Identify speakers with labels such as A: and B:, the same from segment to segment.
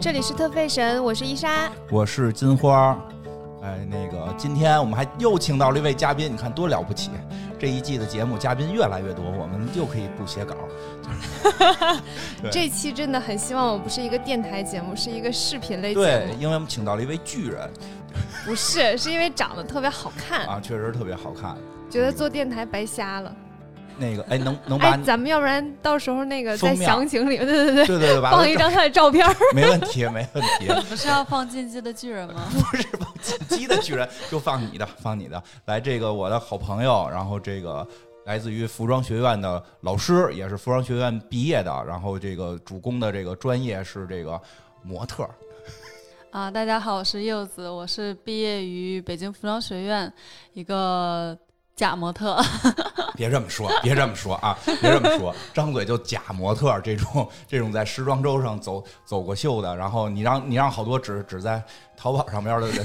A: 这里是特费神，我是伊莎。
B: 我是金花。哎，那个，今天我们还又请到了一位嘉宾，你看多了不起！这一季的节目嘉宾越来越多，我们又可以不写稿。对
A: 这期真的很希望我不是一个电台节目，是一个视频类节
B: 对
A: 目。，
B: 因为我们请到了一位巨人
A: 不是，是因为长得特别好看，
B: 啊，确实特别好看。
A: 觉得做电台白瞎了。
B: 那个，哎，能能把
A: 哎，
B: 你，
A: 咱们要不然到时候那个
B: 封
A: 在
B: 面
A: 详情里，对对对，
B: 对对 对，把
A: 放一张他的照 片儿。
B: 没问题，没问题。
C: 不是要放《进击的巨人》吗？
B: 不是放紧急的巨人，就放你的，放你的。来，这个我的好朋友，然后这个来自于服装学院的老师，也是服装学院毕业的，然后这个主攻的这个专业是这个模特儿。
C: 啊，大家好，我是柚子，我是毕业于北京服装学院一个假模特。
B: 别这么说，别这么说啊，别这么说，张嘴就假模特儿这种这种在时装周上走走过秀的，然后你让你让好多只只在淘宝上边的人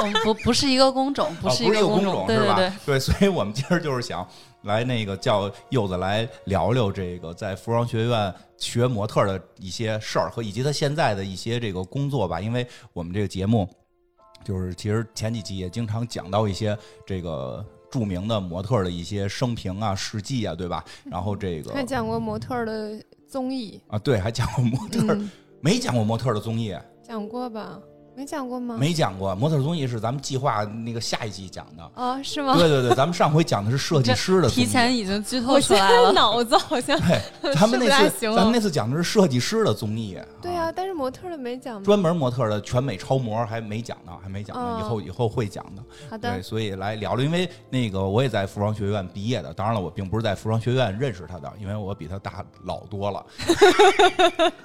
C: 我们不不是一个工种，不
B: 啊，
C: 是
B: 不
C: 一
B: 是一
C: 个
B: 个工
C: 种，对
B: 是
C: 对
B: 吧？
C: 对。
B: 所以我们今儿就是想来那个叫柚子来聊聊这个在服装学院学模特的一些事儿和以及他现在的一些这个工作吧，因为我们这个节目就是其实前几期也经常讲到一些这个。著名的模特的一些生平啊、事迹啊，对吧？
C: 嗯
B: 然后这个
A: 还讲过模特儿的综艺，
B: 啊，对，还讲过模特，
A: 嗯，
B: 没讲过模特的综艺，
A: 讲过吧？没讲过吗？
B: 没讲过模特综艺是咱们计划那个下一季讲的。
A: 哦，是吗？
B: 对对对，咱们上回讲的是设计
C: 这
B: 师的综艺，
C: 提前已经剧透
A: 我
C: 出
A: 现
C: 来
A: 在
C: 了。
A: 脑子好像
B: 对，咱们
A: 是不
B: 那
A: 太
B: 次
A: 行了
B: 咱们那次讲的是设计师的综艺，
A: 对啊，但是模特儿的没讲吗？
B: 专门模特的全美超模还没讲呢，还没讲呢，
A: 哦
B: 以后以后会讲的。
A: 好的
B: 对，，所以来聊聊，因为那个我也在服装学院毕业的，当然了，我并不是在服装学院认识他的，因为我比他大老多了。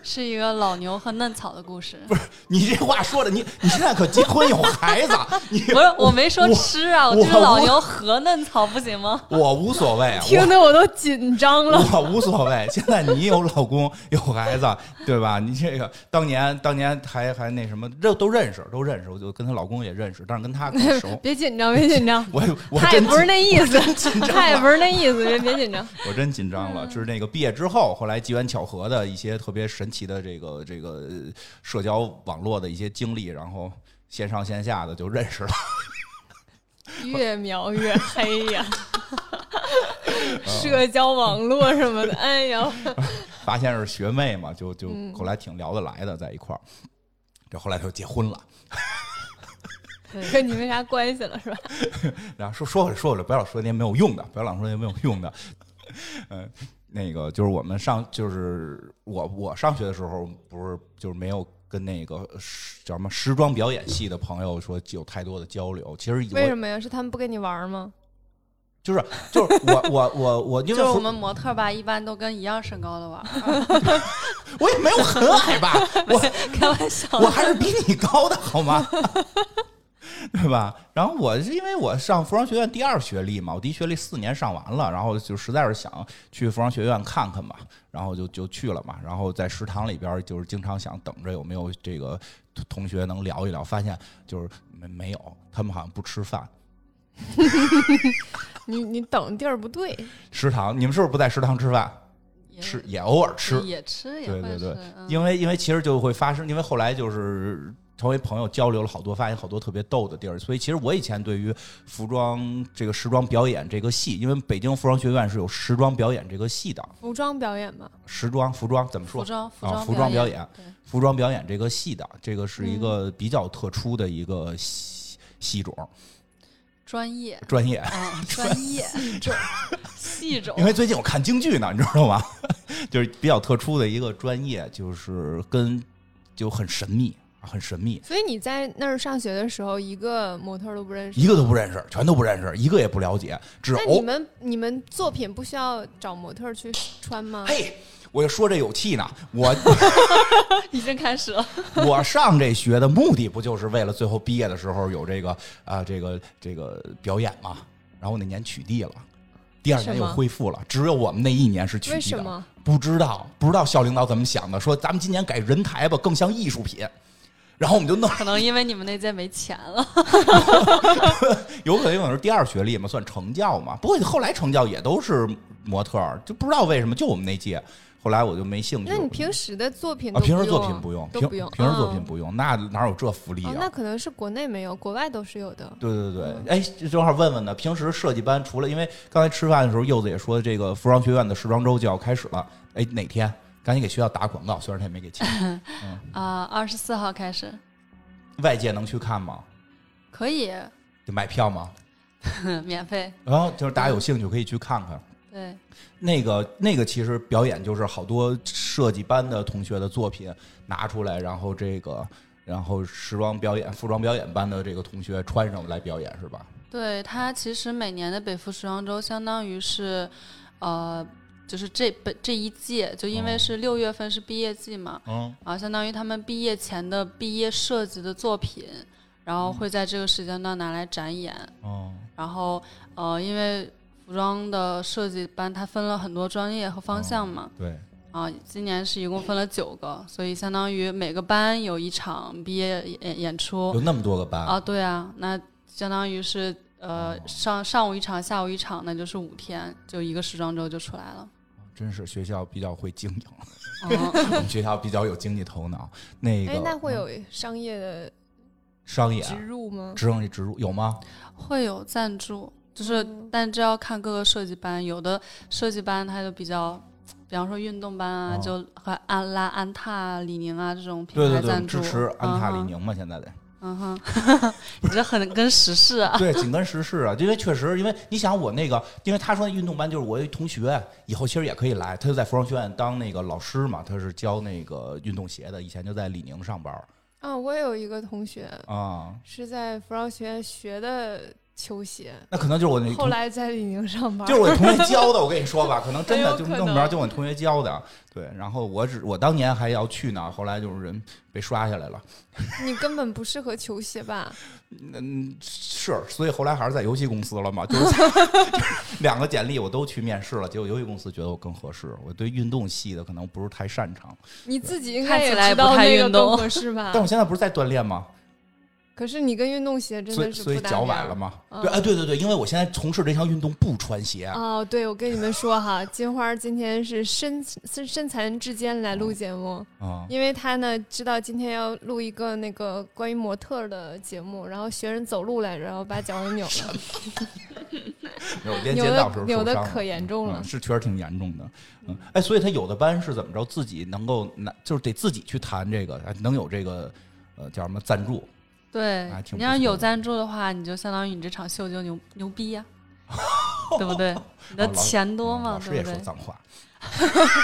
C: 是一个老牛和嫩草的故事。
B: 你这话说的，你你现在可结婚有孩子，你
C: 不是，我没说
B: 我
C: 吃啊，我
B: 我
C: 就是老牛和嫩草不行吗？
B: 我无所谓，啊我
A: 听得我都紧张了。。
B: 我无所谓，现在你有老公有孩子，对吧？你这个当年当年还还那什么，这都认识，都认识，我就跟她老公也认识，但是跟她更熟
A: 别紧张，别紧张，
B: 我我
A: 他也
B: 真
A: 不是
B: 紧
A: 那意思，
B: 紧张
A: 他也
B: 了，
A: 不是那意思，别别紧张。嗯
B: 我真紧张了。就是那个毕业之后，后来机缘巧合的一些特别神奇的这个这个呃社交网络的一些经历，然后线上线下的就认识了。
A: 越描越黑呀，社交网络什么的，哎呀，
B: 发现是学妹嘛，就就
A: 嗯
B: 后来挺聊得来的，在一块儿。这后来就结婚了，
A: 跟你没啥关系了是吧？
B: 然后说说回来说回来，不要老说那些没有用的，不要老说那些没有用的。嗯，那个就是我们上，就是我我上学的时候，不是就是没有跟那个时叫什么时装表演系的朋友说有太多的交流。其实
A: 为什
B: 我
A: 么呀？是他们不跟你玩吗？
B: 就是就是我我我我，因
C: 就
B: 为
C: 是我
B: 服
C: 们模特吧，一般都跟一样身高 的玩儿，
B: 我也没有很矮 吧，我
C: 开玩笑。
B: 我还是比你高的好吗？对吧？然后我是因为我上服装学院第二学历嘛，我第一学历四年上完了，然后就实在是想去服装学院看看嘛，然后就就去了嘛。然后在食堂里边就是经常想等着有没有这个同学能聊一聊，发现就是没没有，他们好像不吃饭。
A: 你你等地儿不对，
B: 食堂，你们是不是不在食堂吃饭？
C: 也
B: 吃也偶尔吃，
C: 也吃也
B: 对
C: 会
B: 对
C: 吃，
B: 对
C: 嗯
B: 因为因为其实就会发生，因为后来就是成为朋友交流了好多，发现好多特别逗的地儿。所以其实我以前对于服装这个时装表演这个系，因为北京服装学院是有时装表演这个系的，
A: 服装表演嘛，
B: 时装服装怎么
C: 服
B: 说？
C: 装服
B: 啊，
C: 装
B: 服装表
C: 表
B: 演，
C: 对
B: 服装表演这个系的，这个是一个比较特殊的一个系系种
C: 专 业
B: 专业。
C: 啊，专业 种系种
B: 因为最近我看京剧呢，你知道吗？ 就是比较特殊的一个专业，就是跟就很神秘，很神秘。
A: 所以你在那儿上学的时候，一个模特儿都不认识。
B: 一个都不认识，全都不认识，一个也不了解，只哦
A: 那你
B: 偶
A: 们你们作品不需要找模特儿去穿吗？
B: 嘿。我就说这有气呢，我
C: 已经开始了。
B: 我上这学的目的不就是为了最后毕业的时候有这个啊这个这个表演吗？然后那年取缔了，第二年又
A: 什么
B: 恢复了，只有我们那一年是取
A: 为
B: 缔
A: 什
B: 的，
A: 么？
B: 不知道不知道校领导怎么想的，说咱们今年改人台吧，更像艺术品。然后我们就弄，
C: 可能因为你们那届没钱了，
B: 有可能有可能是第二学历嘛，算成教嘛。不过后来成教也都是模特儿，就不知道为什么就我们那届后来我就没兴趣。
A: 那你平时的作品
B: 啊，
A: 都
B: 平时
A: 不
B: 作
A: 用
B: 品
A: 啊
B: 不用，
A: 都
B: 平
A: 不用
B: 平时作品
A: 哦
B: 不用，那哪有这福利
A: 哦，
B: 啊？
A: 那可嗯能是国内没有，国外都是有的。
B: 对对对，哎，正好问问呢，平时设计班除了因为刚才吃饭的时候，柚子也说这个服装学院的时装周就要开始了，哎，哪天赶紧给学校打广告，虽然他也没给 钱，
C: 啊，二十四号开始
B: 外界能去看吗？
C: 可以
B: 就买票吗？
C: 嗯免费，
B: 然后就是大家有兴趣可以去看看。
C: 对，
B: 那个那个其实表演就是好多设计班的同学的作品拿出来，然后这个然后时装表演、服装表演班的这个同学穿上来表演是吧？
C: 对，它其实每年的北服时装周相当于是，呃，就是这本这一届，就
B: 哦
C: 因为是六月份是毕业季嘛，
B: 嗯，
C: 啊，相当于他们毕业前的毕业设计的作品，
B: 嗯
C: 然后会在这个时间段拿来展演。
B: 哦，
C: 然后，呃，因为服装的设计班它分了很多专业和方向嘛，
B: 对，
C: 啊，今年是一共分了九个，所以相当于每个班有一场毕业演演出。
B: 有那么多个班，
C: 啊，对啊，那相当于是呃上上午一场，下午一场，那就是五天，就一个时装周就出来了。
B: 真是学校比较会经营。
C: 嗯，
B: 我们学校比较有经济头脑，那
A: 哎
B: 个，嗯
A: 那会有商业的
B: 商业啊
A: 植入吗？
B: 直升机植入有吗？
C: 会有赞助，就是
A: 嗯
C: 但这要看各个设计班，有的设计班它就比较。比方说运动班啊，
B: 哦
C: 就和安拉、安踏、李宁啊这种品
B: 对
C: 牌
B: 对
C: 赞
B: 对，
C: 助，
B: 支持安踏、李
C: 嗯哼。
B: 宁嘛，现在 得
C: 嗯哼， 你这很跟时事啊。
B: 对紧跟时事啊，因为确实，因为你想我那个，因为他说运动班就是我有一同学，以后其实也可以来，他就在服装学院当那个老师嘛，他是教那个运动鞋的，以前就在李宁上班
A: 啊，我有一个同学
B: 啊、
A: 是在服装学院学的球鞋，
B: 那可能就是我那
A: 后
B: 同。
A: 来在李宁上班。
B: 就是我同 学教的，我跟你说吧，可能真的就
A: 很有可
B: 弄不
A: 能
B: 着，就我同学教的。对，然后我只我当年还要去呢，后来就是人被刷下来了。
A: 你根本不适合球鞋吧？
B: 嗯，是，所以后来还是在游戏公司了嘛，就是 两个简历我都去面试了，结果游戏公司觉得我更合适，我对运动系的可能不是太擅
A: 啊
B: 长，
A: 你自己应
C: 看
A: 该
C: 起
A: 也
C: 来
A: 知
C: 不
A: 道
C: 太
A: 那个
C: 运动
A: 更合适吧
B: 但？我现在不是在锻炼吗？
A: 可是你跟运动鞋真
B: 所
A: 的
B: 以
A: 是
B: 所以
A: 不搭
B: 脚崴
A: 边儿
B: 了嘛，
A: 嗯
B: 对，哎，对对对，因为我现在从事这项运动不穿鞋，
A: 哦，对，我跟你们说哈，金花今天是身身身残志坚来录节目，
B: 啊，
A: 因为她呢知道今天要录一个那个关于模特儿的节目，然后学人走路来着，然后把脚给扭了，
B: 没有我连
A: 扭
B: 接到时
A: 的
B: 候
A: 扭
B: 受
A: 的
B: 伤
A: 可
B: 了。
A: 严重了
B: 嗯，。是确实挺严重的，嗯，哎，所以他有的班是怎么着，自己能够拿，就是得自己去谈这个，哎能有这个，呃，叫什么赞助，
C: 对
B: 还，挺
C: 你
B: 不
C: 要
B: 错
C: 有
B: 的
C: 赞助的话，你就相当于你这场秀就牛牛逼 呀、对不对？你的
B: 哦老
C: 钱多
B: 嗯
C: 嘛，
B: 老师
C: 对
B: 也
C: 不
B: 说
C: 对？
B: 脏话，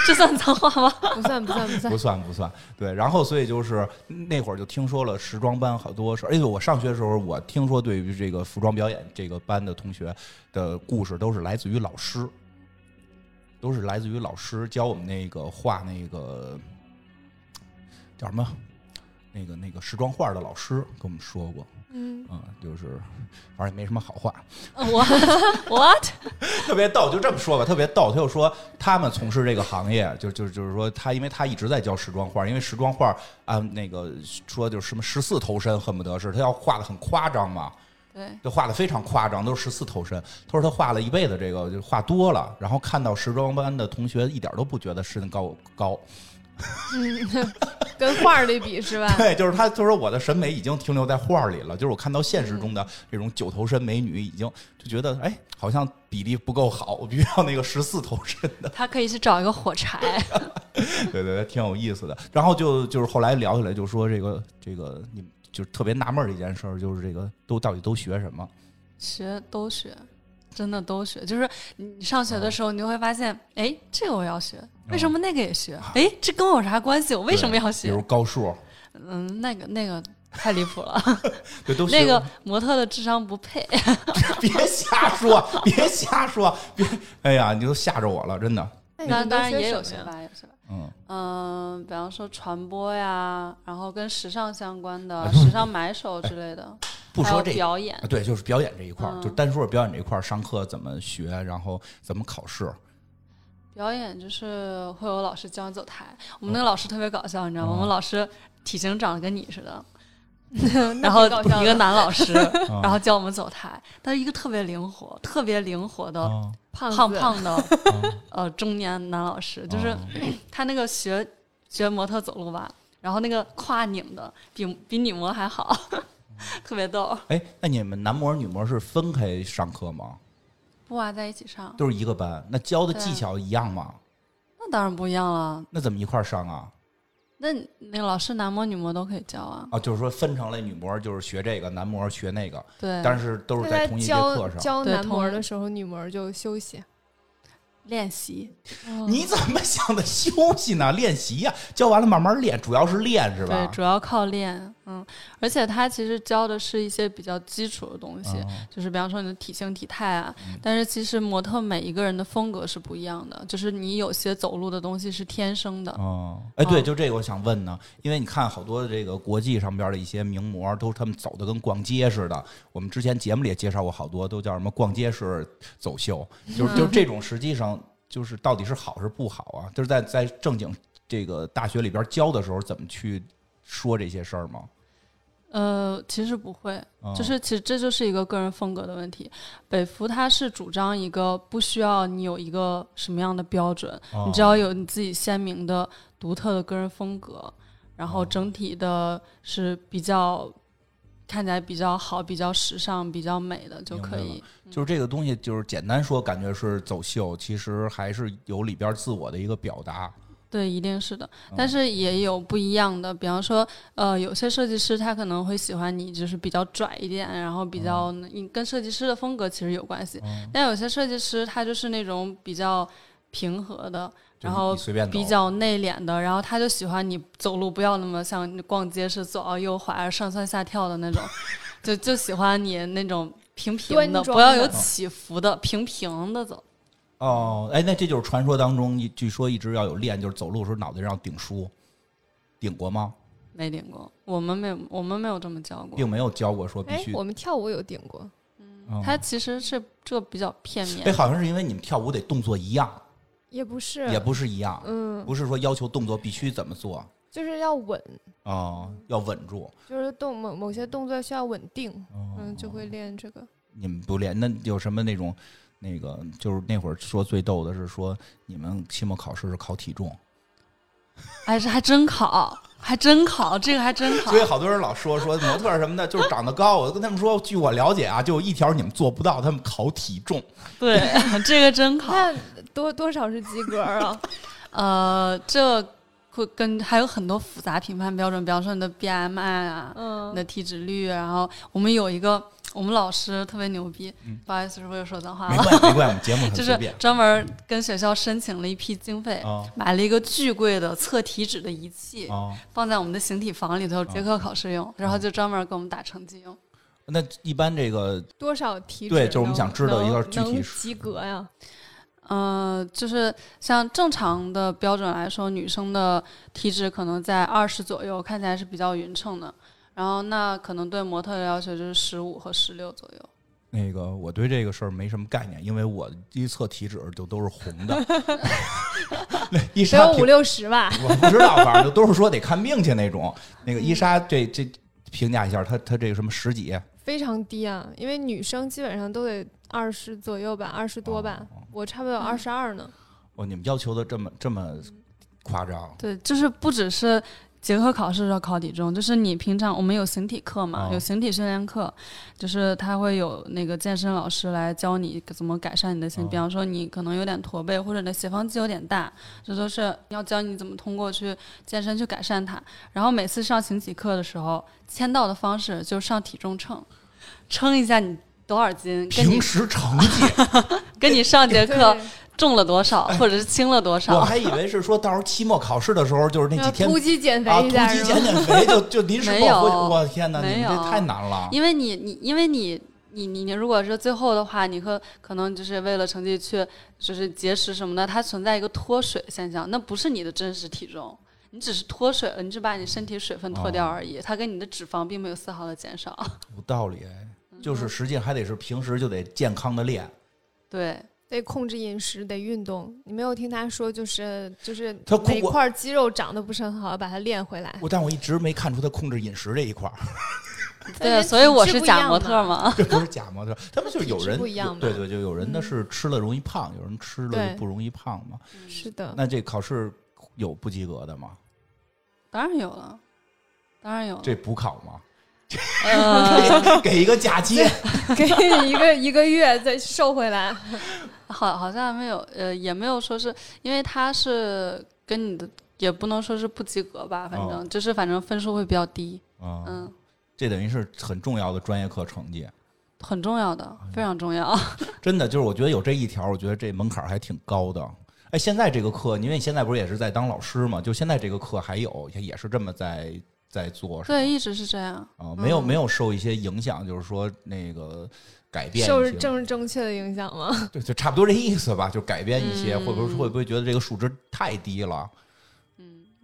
C: 这算脏话吗？
B: 嗯
A: 不算不算不算
B: 不，算不算，对。然后所以就是那会儿就听说了时装班好多事儿，因为哎我上学的时候，我听说对于这个服装表演这个班的同学的故事，都是来自于老师，都是来自于老师教我们那个画那个叫什么那个那个时装画的老师跟我们说过，
A: 嗯，
B: 嗯，就是反正也没什么好画，
C: 嗯我 what？
B: 特别逗，就这么说吧，特别逗。他又说他们从事这个行业，就就就是说他，因为他一直在教时装画，因为时装画按、那个说就是什么十四头身，恨不得是他要画的很夸张嘛，
C: 对，
B: 就画的非常夸张，都是十四头身。他说他画了一辈子这个，就画多了，然后看到时装班的同学一点都不觉得身高高，
A: 跟画儿类比是
C: 嗯
A: 吧？
B: 对，就是他，就是我的审美已经停留在画儿里了，就是我看到现实中的
C: 嗯
B: 这种九头身美女，已经就觉得哎，好像比例不够好，我必须要那个十四头身的。
C: 他可以去找一个火柴，
B: 对对对，挺有意思的。然后就就是后来聊起来，就说这个这个，你们就是特别纳闷儿的一件事儿，就是这个都到底都学什么？
C: 学都学，真的都学。就是你上学的时候，你就会发现，哎，这个我要学，为什么那个也学？哎，这跟我有啥关系？我为什么要
B: 比如
C: 学？
B: 高数，
C: 嗯，那个那个太离谱了，
B: 对，都学
C: 那个模特的智商不配。
B: 别瞎说，别瞎说，别，哎呀，你就吓着我了，真的。
A: 那你
C: 当
A: 们
C: 然当然
A: 都
C: 也有
A: 什
C: 学
A: 么 呀？
C: 霸，有学霸。
B: 嗯，
C: 嗯，比方说传播呀，然后跟时尚相关的时尚买手之类的，
B: 不
C: 还
B: 说
C: 有
B: 这
C: 表演
B: 啊，对，就是表演这一块儿，
C: 嗯
B: 就单说是表演这一块儿，上课怎么学，然后怎么考 试，
C: 表演就是会有老师教你走台。我们那个老师特别搞笑，你知道吗？我们老师体型长得跟你似的，然后
A: 搞笑
C: 一个
A: 了
B: 嗯啊哦
C: 男老师，然后教我们走台，但是一个特别灵活、特别灵活的
B: 啊，
A: 胖子
C: 胖胖的
B: 嗯
C: 呃中年男老师，就是
B: 哦
C: 他那个学学模特走路吧，然后那个胯拧的比比女模还好，
B: 哦
C: 特别逗。
B: 哎，那你们男模女模是分开上课吗？
C: 不啊，在一起上，
B: 都是一个班，那教的
C: 对啊
B: 技巧一样吗？
C: 那当然不一样了。
B: 那怎么一块儿上啊？
C: 那你那个老师男模女模都可以教啊，
B: 啊，就是说分成了女模就是学这个，男模学那个，
C: 对，
B: 但是都是
A: 那
B: 在
A: 在
B: 同一节
A: 教
B: 课上。
A: 教
C: 对
A: 男模
C: 同一
A: 的时候，女模就休息。
C: 练习
B: 你怎么想的休息呢？练习呀、教完了慢慢练，主要是练是
C: 对，
B: 吧？
C: 主要靠练，嗯，而且他其实教的是一些比较基础的东西，
B: 哦
C: 就是比方说你的体型体态啊，
B: 嗯
C: 但是其实模特每一个人的风格是不一样的，就是你有些走路的东西是天生的，
B: 哦，哎，对，
C: 哦
B: 就这个我想问呢，因为你看好多这个国际上边的一些名模，都他们走的跟逛街似的。我们之前节目里也介绍过好多，都叫什么逛街式走 秀，就是就是这种，实际上就是到底是好是不好啊？就是在在正经这个大学里边教的时候，怎么去说这些事儿吗？
C: 呃，其实不会，
B: 嗯
C: 就是其实这就是一个个人风格的问题。北服它是主张一个不需要你有一个什么样的标准，
B: 哦
C: 你只要有你自己鲜明的、独特的个人风格，然
B: 哦
C: 后整体的是比较看起来比较好、比较时尚、比较美的就
B: 明白
C: 可
B: 了
C: 以。
B: 就是这个东西，就是简单说，感觉是走秀，其实还是有里边自我的一个表达。
C: 对，一定是的，
B: 嗯
C: 但是也有不一样的，比方说，呃，有些设计师他可能会喜欢你，就是比较拽一点，然后比较，你跟设计师的风格其实有关系。但有些设计师他就是那种比较平和的，
B: 就是
C: 然后
B: 你随便走
C: 比较内敛的，然后他就喜欢你走路不要那么像逛街是左摇右滑、上蹿下跳的那 种，就就喜欢你那种平平的，
A: 端庄
C: 不要有
A: 的
C: 起伏的，平平的走。
B: 哦，哎，那这就是传说当中，一据说一直要有练，就是走路的时候脑袋上要顶书，顶过吗？
C: 没领过，我们没有，我们没有这么教过。
B: 并没有教过说必
A: 哎
B: 须，。
A: 我们跳舞有顶过，
B: 嗯
C: 它其实是这个比较片
B: 哎，
C: 面，
B: 好像是因为你们跳舞得动作一样，
A: 也不是，
B: 也不是一样，
A: 嗯，
B: 不是说要求动作必须怎么做
A: 就是要稳，
B: 哦，要稳住。
A: 就是动某某些动作需要稳定，
B: 哦
A: 嗯，就会练这个。
B: 你们不练，那有什么那种那个，就是那会儿说最逗的是说你们期末考试是考体重，
C: 哎，这还真考，还真考，这个还真考
B: 所以。好多人老说说模特儿什么的，就是长得高。我跟他们说，据我了解啊，就有一条你们做不到，他们考体重。
C: 对， 这个真考。
A: 那多多少是及格啊？
C: 呃，这会跟还有很多复杂评判标准，比方说你的 BMI 啊，
A: 嗯
C: 你的体脂率，啊然后我们有一个我们老师特别牛逼，不好意思，是不是又说脏话
B: 嗯没
C: 了？
B: 关系，没关系，我们节目很
C: 就
B: 随
C: 是
B: 便。
C: 专门跟学校申请了一批经费，
B: 哦
C: 买了一个巨贵的测体脂的仪器，
B: 哦，
C: 放在我们的形体房里头，结课考试用，然后就专门给我们打成绩用。
B: 那一般这个
A: 多少体脂
B: 对就是我们
A: 能
B: 想知道一个
A: 能
B: 具体
A: 能
B: 数
A: 及格呀？
C: 嗯，就是像正常的标准来说，女生的体脂可能在二十左右，看起来是比较匀称的。然后那可能对模特的要求就是十五和十六左右。
B: 那个，我对这个事儿没什么概念，因为我一测体脂就都是红的， 那一
A: 只
B: 杀
A: 有五六十吧？
B: 我不知道，反正就都是说得看病去那种。那个伊
C: 嗯
B: 莎这这评价一下，她她这个什么十几，
A: 非常低啊，因为女生基本上都得二十左右吧，二十多吧，我差不多有二十二呢。
B: 哦，你们要求的这么这么夸张，
C: 对，就是不只是结课考试要考体重，就是你平常我们有形体课嘛，
B: 哦
C: 有形体训练课，就是他会有那个健身老师来教你怎么改善你的形体。
B: 哦
C: 比方说你可能有点驼背，或者你的斜方肌有点大，这都是要教你怎么通过去健身去改善它。然后每次上形体课的时候，签到的方式就是上体重秤，称一下你多少斤，跟你
B: 平时成 绩，
C: 跟你上节
A: 对
C: 课重了多少，或者是轻了多
B: 我
C: 少。
B: 还以为是说到时候期末考试的时候，就是那
A: 要
B: 几天
A: 突击减肥
B: 啊，突
A: 一下
B: 击
A: 是
B: 减
A: 吗？
B: 减肥，就就临时
C: 没
B: 抱回去。
C: 有
B: 我天哪，你
C: 没
B: 们
C: 有
B: 这太难了。
C: 因为你你因为你你你你如果是最后的话，你和可能就是为了成绩去就是节食什么的，它存在一个脱水现象，那不是你的真实体重。你只是脱水了，你只把你身体水分脱
B: 哦
C: 掉而已，它跟你的脂肪并没有丝毫的减少。
B: 有道理，哎
A: 嗯
B: 就是实际上还得是平时就得健康的练。
C: 对，
A: 得控制饮食，得运动。你没有听他说，就是就是
B: 他控
A: 哪
B: 我
A: 块肌肉长得不是很好，把它练回来。
B: 我但我一直没看出他控制饮食这一块儿，
C: 对，所以我是假模特
A: 嘛。
C: 嘛。
B: 这不是假模特，他们就是有
A: 体质
B: 人
A: 不一样
B: 有
A: 嘛
B: 对对，就有人的
A: 嗯
B: 是吃了容易胖，有人吃了
A: 对嗯
B: 就不容易胖嘛。
A: 是的，
B: 那这考试有不及格的吗？
C: 当然有了，当然
A: 嗯
C: 有了。
B: 这补考吗？
C: 呃，
B: 给一个假期，
A: 给你一个一个月再瘦回来。
C: 好，好像没有，呃，也没有说是因为它是跟你的，也不能说是不及格吧，反正、
B: 哦
C: 就是反正分数会比较低，
B: 嗯，
C: 嗯，
B: 这等于是很重要的专业课成绩。
C: 很重要的，
B: 嗯
C: 非常重要。
B: 真的就是，我觉得有这一条，我觉得这门槛儿还挺高的。哎，现在这个课，因为你现在不是也是在当老师嘛？就现在这个课还有，也也是这么在在做，是吧
C: 对，一直是这样。
B: 啊、没有
C: 嗯
B: 没有受一些影响，就是说那个改变一些，
A: 受政治正确的影响吗？
B: 对，就差不多这意思吧，就改变一些，
C: 嗯
B: 会不会会不会觉得这个数值太低了？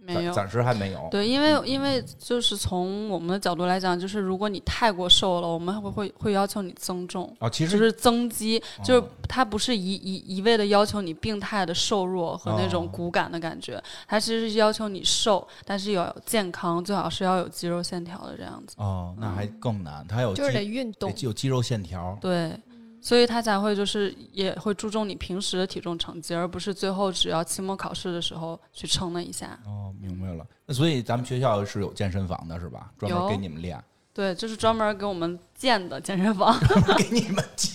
C: 没
B: 暂
C: 有，
B: 暂时还没有，
C: 对，因为因为就是从我们的角度来讲，就是如果你太过瘦了，我们会会会要求你增重，
B: 啊，其
C: 就
B: 实
C: 是增肌，就
B: 哦
C: 是它不是一一一味的要求你病态的瘦弱和那种
B: 哦
C: 骨感的感觉，它其实是要求你瘦，但是要有健康，最好是要有肌肉线条的这样子。
B: 哦，那
C: 嗯
B: 还更难，它有
A: 就是
B: 肌
A: 得运
B: 得
A: 动。
B: 有肌肉线条，
C: 对，所以他才会就是也会注重你平时的体重成绩，而不是最后只要期末考试的时候去称了一下。
B: 哦，明白了。那所以咱们学校是有健身房的是吧？专门
C: 有
B: 给你们练，
C: 对，这是专门给我们建的健身房
A: 哦
B: 给你们健。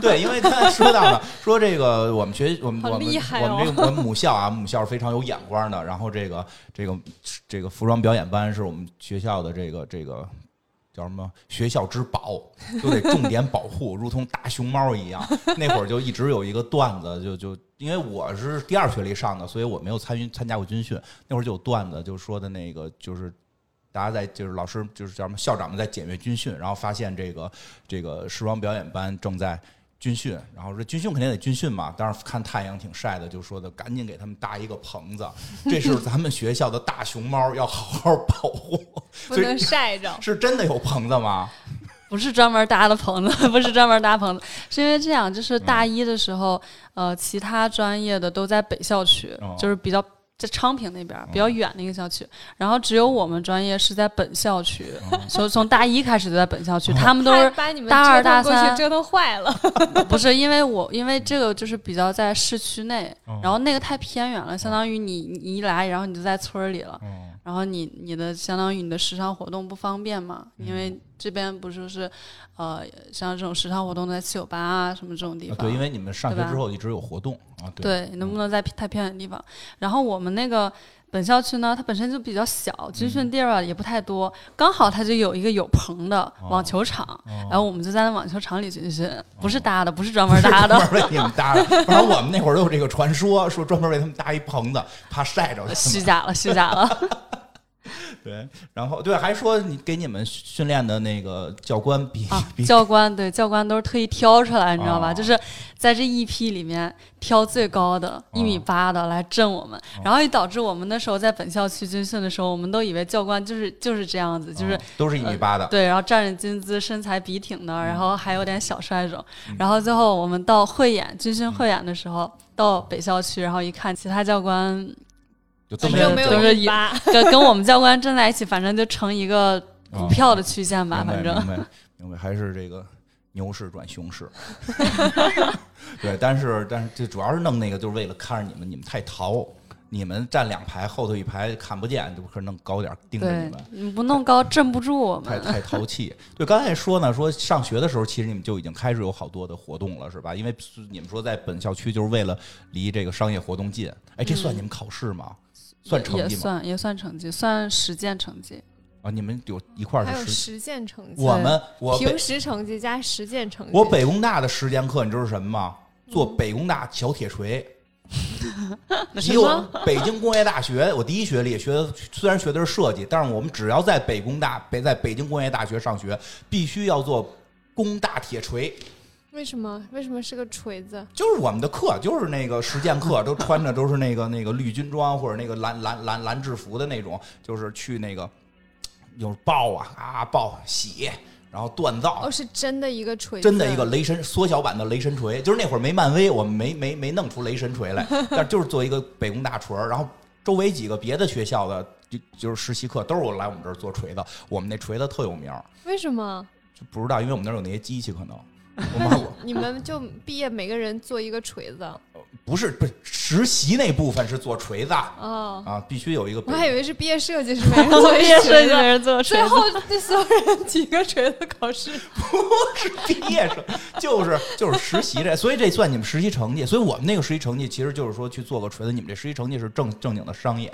B: 对，因为刚才说到了，说这个我们学我们
A: 好
B: 我们
A: 厉害
B: 我们
A: 哦
B: 这个我们母校啊， 母校是非常有眼光的。然后这个这个这个服装表演班是我们学校的这个这个。叫什么？学校之宝，都得重点保护，如同大熊猫一样。那会儿就一直有一个段子，就就因为我是第二学历上的，所以我没有参与参加过军训。那会儿就有段子，就说的那个就是大家在就是老师就是叫什么校长们在检阅军训，然后发现这个这个时装表演班正在军训，然后说军训肯定得军训嘛，当时看太阳挺晒的，就说的赶紧给他们搭一个棚子， 这是咱们学校的大熊猫，要好好保 护。
A: 不
B: 所以
A: 能晒着。
B: 是真的有棚子吗？
C: 不是专门搭的棚子， 不是专门搭棚子，是因为这样，就是大一的时候，呃，其他专业的都在北校区，
B: 哦
C: 就是比较。在昌平那边儿比较远的一个校区，然后只有我们专业是在本校区，所以从大一开始就在本校区，他们都
A: 怕
C: 是
A: 把你们
C: 大
A: 折腾
C: 二大
A: 过去
C: 三
A: 折腾坏 了，
C: 不是因为我，因为这个就是比较在市区内，
B: 哦
C: 然后那个太偏远了，相当于你你一来，然后你就在村儿里了，
B: 嗯，
C: 然后你你的相当于你的时尚活动不方便嘛，因
B: 嗯
C: 为这边不就是呃像这种时尚活动在七九八啊什么这种地方，
B: 对，因为你们上学
C: 对吧
B: 之后一直有活动啊，对，
C: 对，能不能在太偏远的地方？然后我们那个本校区呢，它本身就比较小，
B: 嗯
C: 军训地儿啊也不太多，刚好它就有一个有棚的
B: 哦
C: 网球场，然后我们就在那网球场里军训，不是搭的，不是专门搭的
B: 专，门为你们搭的。反正我们那会儿有这个传说，说专门为他们搭一棚子，怕晒 着他们。
C: 虚假了，虚假了。
B: 对，然后对，还说你给你们训练的那个教官比、
C: 啊
B: 比，
C: 教官对教官都是特意挑出来，你知道吧？
B: 哦
C: 就是在这一批里面挑最高的，一
B: 哦
C: 米八的来震我们，然后也导致我们那时候在本校区军训的时候，我们都以为教官就是就是这样子，就是、呃
B: 嗯都是一米八的，
C: 对，然后站着金姿，身材笔挺的，
B: 嗯
C: 然后还有点小帅种，然后最后我们到汇演军
B: 嗯
C: 训汇演的时候，到北校区，然后一看其他教官
B: 就都
A: 怎
B: 没
A: 么就没
B: 有
C: 都
A: 有
C: 是
A: 一
C: 一
A: 八？
C: 跟跟我们教官站在一起，反正就成一个股票的曲 线吧，
B: 哦明白
C: 反正
B: 明白明白，还是这个牛市转熊市。 对，但是但是这主要是弄那个，就是为了看着你们，你们太淘，你们站两排，后头一排看不见，就可弄高点儿盯着你
C: 对
B: 们。，
C: 你不弄高镇不住我
B: 太
C: 们。
B: 太淘气。对，刚才也说呢，说上学的时候，其实你们就已经开始有好多的活动了，是吧？因为你们说在本校区，就是为了离这个商业活动近。哎，这算你们考试吗？算成
C: 嗯也
B: 绩吗？
C: 算也算成绩，算实践成 绩。
B: 啊，你们有一块
A: 还有
B: 儿是实。
A: 实践成绩，
B: 我们我北
A: 平时成绩加实践成绩。
B: 我北工大的实践课，你知道是什么吗？做北工大小铁锤。以我北京工业大学，我第一学历学的虽然学的是设计，但是我们只要在北工大北在北京工业大学上学，必须要做工大铁锤。
A: 为什么为什么是个锤子？
B: 就是我们的课，就是那个实践课，都穿着都是那个那个绿军装或者那个蓝蓝蓝蓝制服的那种，就是去那个有爆啊啊爆洗，然后锻造
A: 哦，，是真的一个锤子，
B: 真的一个雷神缩小版的雷神锤，就是那会儿没漫威，我们没没 没弄出雷神锤来，但就是做一个北工大锤儿，然后周围几个别的学校的就就是实习课都是我来我们这儿做锤子，我们那锤子特有名儿，
A: 为什么？
B: 就不知道，因为我们那儿有那些机器，可能我
A: 那
B: 们
A: 你你们就毕业每个人做一个锤子啊、
B: 不是不是实习那部分是做锤子
A: 哦？
B: 啊，必须有一个
A: 我
B: 北。
A: 还以为是毕业设计是 每人做一锤子，
C: 人做
A: 最后那所有人 几个锤子考 试。
B: 毕业生，就是就是实习这，所以这算你们实习成绩。所以我们那个实习成绩其实就是说去做个锤子，你们这实习成绩是正正经的商演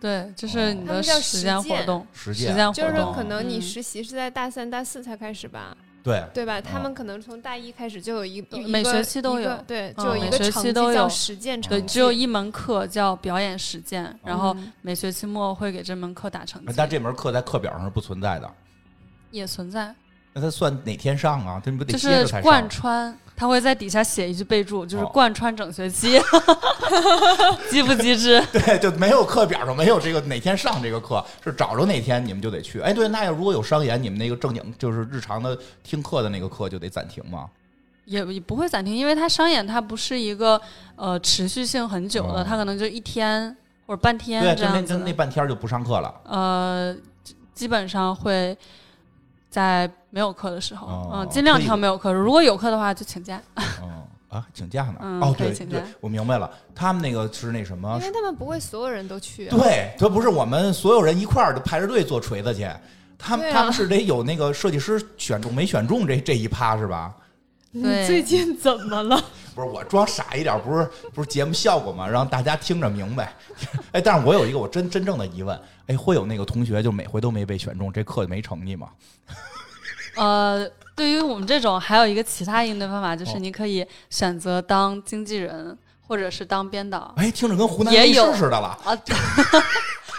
C: 对，这是你
A: 他们
C: 的
A: 叫
C: 实
A: 实
C: 践活
A: 践
C: 动，
B: 实
C: 实
B: 践。
C: 践活
A: 就是
C: 动。
A: 可能你
C: 嗯
A: 实习是在大三、大四才开始吧，
B: 对，
A: 对吧？他们可能从大一开始就有一一
C: 每
A: 个
C: 学期都
A: 一个
C: 有
A: 对，就
C: 嗯
A: 有一
B: 每
A: 个
C: 学
A: 成
C: 期
A: 绩
C: 都
A: 叫
C: 有
A: 实践成
C: 对，
A: 绩，
C: 只有一门课叫表演实践，然
B: 哦
C: 后
A: 嗯
C: 每学期末会给这门课打成绩，
B: 但这门课在课表上是不存在的。
C: 也存在，
B: 那他算哪天上啊？这不得
C: 就
B: 歇着
C: 是
B: 才上
C: 贯？穿，他会在底下写一句备注，就是
B: 哦
C: 贯穿整学期， 机不机智？
B: 对，就没有课表上没有这个哪天上这个课，是找着哪天你们就得去。哎，对，那要如果有商演，你们那个正经就是日常的听课的那个课就得暂停吗？
C: 也也不会暂停，因为它商演它不是一个呃持续性很久的，
B: 哦
C: 它可能就一天或者半天
B: 对，啊
C: 这
B: 就那
C: 样
B: 那
C: 子的。
B: 那半天就不上课 了。
C: 呃，基基本上会在没有课的时候，
B: 哦
C: 嗯，尽量
B: 可以
C: 挑没有课。如果有课的话就请假。
B: 嗯啊，请假呢？
C: 嗯
B: 哦，
C: 可以
B: 对
C: 请
B: 对
C: 假，
B: 我明白了，他们那个是那什么
A: 因？为他们不会所有人都去、啊。
B: 对，这不是我们所有人一块儿就排着队做锤子去，他们、
A: 对啊
B: 他们是得有那个设计师选中没选中这这一趴是吧？
A: 你
C: 对
A: 最近怎么 了？
B: 不是我装傻一点，不是不是节目效果嘛，让大家听着明白。 哎，但是我有一个我真真正的疑问，哎，会有那个同学就每回都没被选中，这课没成绩吗？
C: 呃，对于我们这种，还有一个其他应对方法，就
B: 哦
C: 是你可以选择当经纪人，或者是当编导
B: 哎，听着跟湖南
C: 也
B: 卫视
C: 有
B: 似的了，
C: 啊，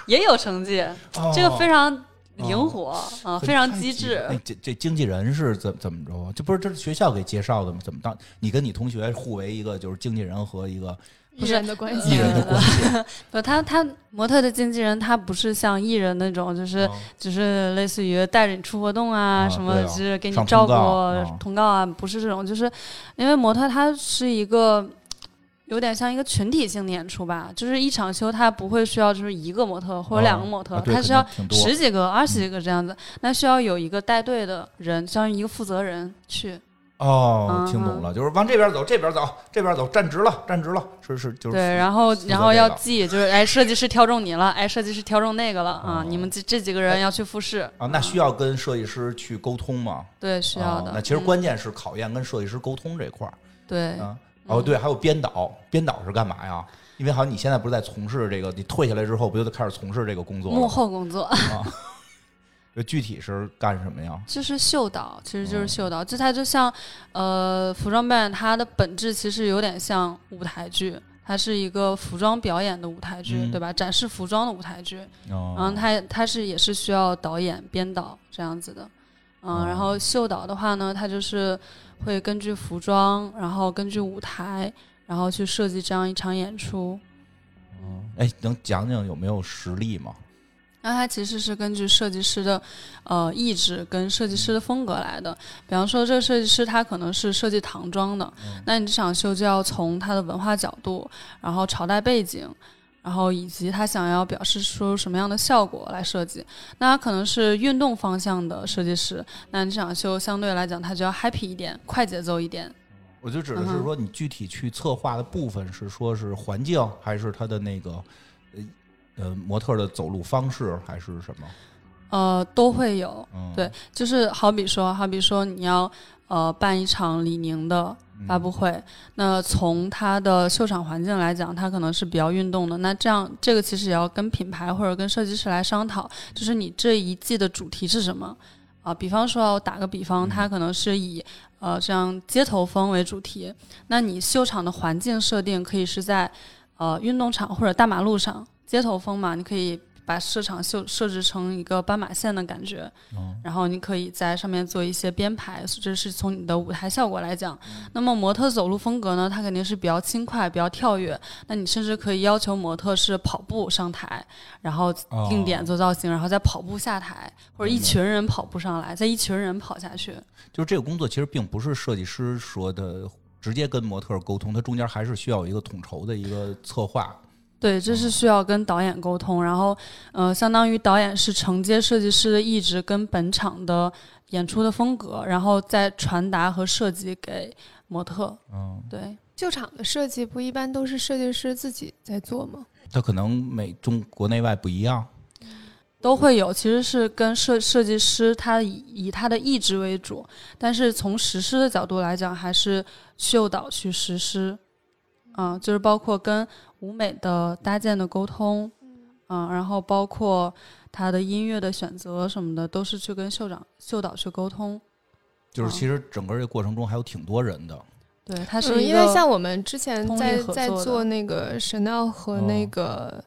C: 也有成绩，
B: 哦
C: 这个非常灵活啊，非常机智
B: 那。这这经纪人是怎怎么着啊？这不是这是学校给介绍的吗？怎么当你跟你同学互为一个就是经纪人和一个
A: 艺人的关
B: 艺
A: 系，
B: 人的关 系？
C: 不，他他模特的经纪人，他不是像艺人那种，就是
B: 哦
C: 只是类似于带着你出活动啊，
B: 啊
C: 什么
B: 对啊
C: 就是给你
B: 上
C: 照
B: 通
C: 顾
B: 告啊
C: 通告啊，不是这种，就是因为模特它是一个有点像一个群体性的演出吧，就是一场秀它不会需要就是一个模特或者两个模特，
B: 啊对
C: 它是要
B: 肯定挺多
C: 十几个、二十几个这样子，那需要有一个带队的人，相当于一个负责人去。
B: 哦，
C: 嗯
B: 听懂了，就是往这边走，这边走，这边走，站直了，站直了，是是就是
C: 对，然后
B: 负责
C: 然后
B: 这
C: 要
B: 个
C: 记，就是哎，设计师挑中你了，哎，设计师挑中那个了啊
B: 哦，
C: 你们这这几个人要去复试
B: 啊，那需要跟设计师去沟通吗？
C: 对需要
B: 啊。
C: 的
B: 那其实
C: 嗯
B: 关键是考验跟设计师沟通这块儿
C: 对
B: 啊。哦，
C: 嗯
B: 对，还有编导，编导是干嘛呀？因为好像你现在不是在从事这个，你退下来之后不就得开始从事这个工作了
C: 幕
B: 吗？
C: 后工作
B: 就具体是干什么呀？
C: 就是秀导，其实
B: 哦
C: 就是秀导，就它就像呃服装表演，它的本质其实有点像舞台剧。它是一个服装表演的舞台剧，
B: 嗯
C: 对吧？展示服装的舞台剧，
B: 哦
C: 然后它它是也是需要导演、编导这样子的，嗯，然
B: 哦
C: 后秀导的话呢，它就是会根据服装，然后根据舞台，然后去设计这样一场演出。
B: 哎，能讲讲有没有实例吗？
C: 那它其实是根据设计师的呃意志跟设计师的风格来的。比方说，这个设计师他可能是设计唐装的，那你这场秀就要从他的文化角度，然后朝代背景。然后以及他想要表示出什么样的效果来设计，那他可能是运动方向的设计师，那你这场秀相对来讲他就要 happy 一点，快节奏一点，
B: 我就
C: 嗯
B: 指的是说，你具体去策划的部分是说是环境，还是他的那个呃呃模特的走路方式，还是什么？
C: 呃，都会有。
B: 嗯，
C: 对，就是好比说，好比说你要呃办一场李宁的发布会，那从它的秀场环境来讲，它可能是比较运动的。那这样，这个其实也要跟品牌或者跟设计师来商讨，就是你这一季的主题是什么。啊，比方说，我打个比方，它可能是以呃这样街头风为主题，那你秀场的环境设定可以是在呃运动场或者大马路上，街头风嘛，你可以把市场秀设置成一个斑马线的感觉，然后你可以在上面做一些编排，这是从你的舞台效果来讲。那么模特走路风格呢，它肯定是比较轻快、比较跳跃，那你甚至可以要求模特是跑步上台，然后
B: 哦
C: 定点做造型，然后再跑步下台，或者一群人跑步上来，再一群人跑下去。
B: 就是这个工作其实并不是设计师说的直接跟模特沟通，它中间还是需要有一个统筹的一个策划。
C: 对，这是需要跟导演沟通，然后呃，相当于导演是承接设计师的意志跟本场的演出的风格，然后再传达和设计给模特。
B: 嗯，
C: 对，
A: 救场的设计不一般都是设计师自己在做吗？
B: 它可能每中国内外不一样。
C: 都会有，其实是跟设设计师他以以他的意志为主，但是从实施的角度来讲，还是秀导去实施，啊，就是包括跟舞美的搭建的沟通，啊，然后包括他的音乐的选择什么的，都是去跟秀长秀导去沟通。
B: 就是其实整个这过程中还有挺多人的，
C: 对，他是
A: 嗯，
C: 一
A: 因
C: 个、
A: 为像我们之前
C: 通力
A: 在
C: 合作
A: 在
C: 的
A: 做那个沈闹和
B: 哦
A: 那个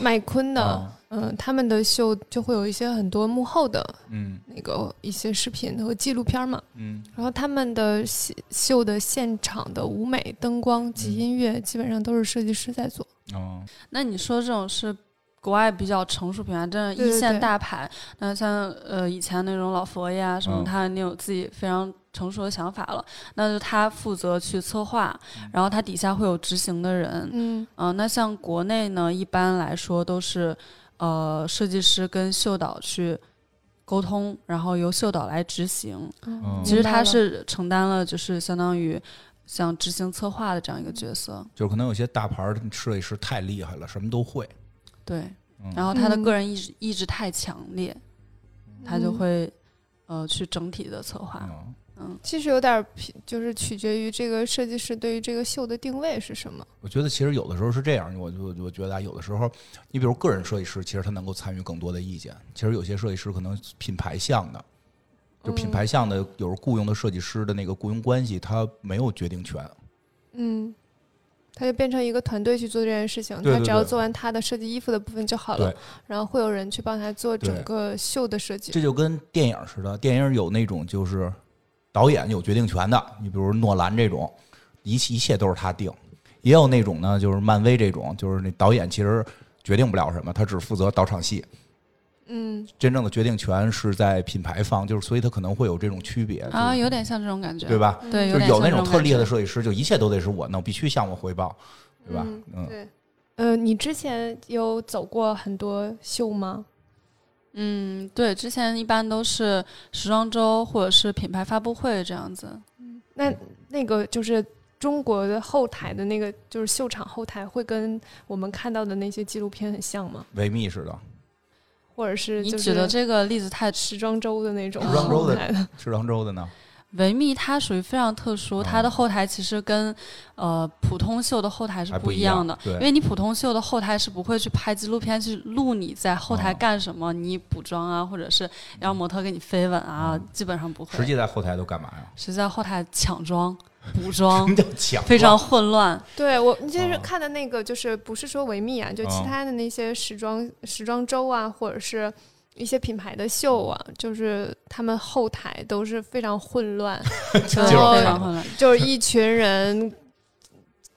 A: 麦昆的，
B: 啊
A: 嗯、他们的秀就会有一些很多幕后的
B: 嗯
A: 那个一些视频和纪录片嘛。
B: 嗯
A: 然后他们的戏秀的现场的舞美、灯光及
B: 嗯
A: 音乐，基本上都是设计师在做。
B: 哦，
C: 那你说这种是国外比较成熟品牌，真的
A: 对对
C: 一线
A: 对
C: 大牌。那像呃以前那种老佛爷啊什么，
B: 嗯
C: 他那有自己非常成熟的想法了，那就他负责去策划，然后他底下会有执行的人。嗯、
A: 嗯，
C: 那像国内呢，一般来说都是呃设计师跟秀导去。沟通，然后由秀导来执行。
A: 哦
C: 其实他
A: 明
C: 是承担了，就是相当于像执行策划的这样一个角色。
B: 就是可能有些大牌儿设计师太厉害了，什么都会。
C: 对
B: 嗯，
C: 然后他的
A: 嗯
C: 个人意志意志太强烈，
A: 白了
C: 他就
A: 嗯
C: 会呃去整体的策划。
B: 嗯
C: 嗯，
A: 其实有点儿匹就是取决于这个设计师对于这个秀的定位是什么。
B: 我觉得其实有的时候是这样，我我我觉得啊，有的时候，你比如个人设计师，其实他能够参与更多的意见。其实有些设计师可能品牌项的，就
A: 嗯
B: 品牌项的，有时候雇佣的设计师的那个雇佣关系，他没有决定权。
A: 嗯，他就变成一个团队去做这件事情，
B: 对对
A: 他只要
B: 对
A: 做完他的设计衣服的部分就好了
B: 对，
A: 然后会有人去帮他做
B: 对
A: 整个秀的设计。
B: 这就跟电影似的，电影有那种就是导演有决定权的，你比如诺兰这种，一切一切都是他定；也有那种呢，就是漫威这种，就是那导演其实决定不了什么，他只负责导场戏。
A: 嗯，
B: 真正的决定权是在品牌方，就是所以他可能会有这种区别就是
C: 啊，有点像这种感觉，
B: 对？吧？
A: 嗯
C: 对，
B: 就是
C: 点
B: 有
C: 像
B: 那
C: 这
B: 种
C: 种
B: 特厉害的
C: 感觉
B: 设计师，就一切都得是我弄，必须向我汇报，对吧？嗯，
A: 对。呃，你之前有走过很多秀吗？
C: 嗯，对，之前一般都是时装周或者是品牌发布会这样子。
A: 那那个就是中国的后台的那个，就是秀场后台会跟我们看到的那些纪录片很像吗？
B: 维密似的，
A: 或者是
C: 你
A: 就
C: 举的
A: 是
C: 这个例子太
A: 时装周的那种
B: 时装周
A: 后
B: 的
A: 台 的？
B: 时装周的呢？
C: 维密，它属于非常特殊，它
B: 嗯
C: 的后台其实跟呃普通秀的后台是
B: 还不
C: 不
B: 一
C: 一
B: 样
C: 的，
B: 对
C: 因为你普通秀的后台是不会去拍纪录片去录你在后台
B: 哦嗯
C: 干什么，你补妆啊，或者是让模特给你飞吻啊，基本上不会。
B: 实际在后台都干嘛呀？
C: 实际在后台抢妆、补
B: 什
C: 妆
B: 么 ，叫抢？
C: 非常混乱。
A: 对我，你就是
B: 哦
A: 看的那个，就是不是说维密啊，就其
B: 哦
A: 他的那些时装时装周啊，或者是一些品牌的秀啊，就是他们后台都是非常混 乱，
C: 对，
A: 然后
C: 非常混乱。
A: 就是一群人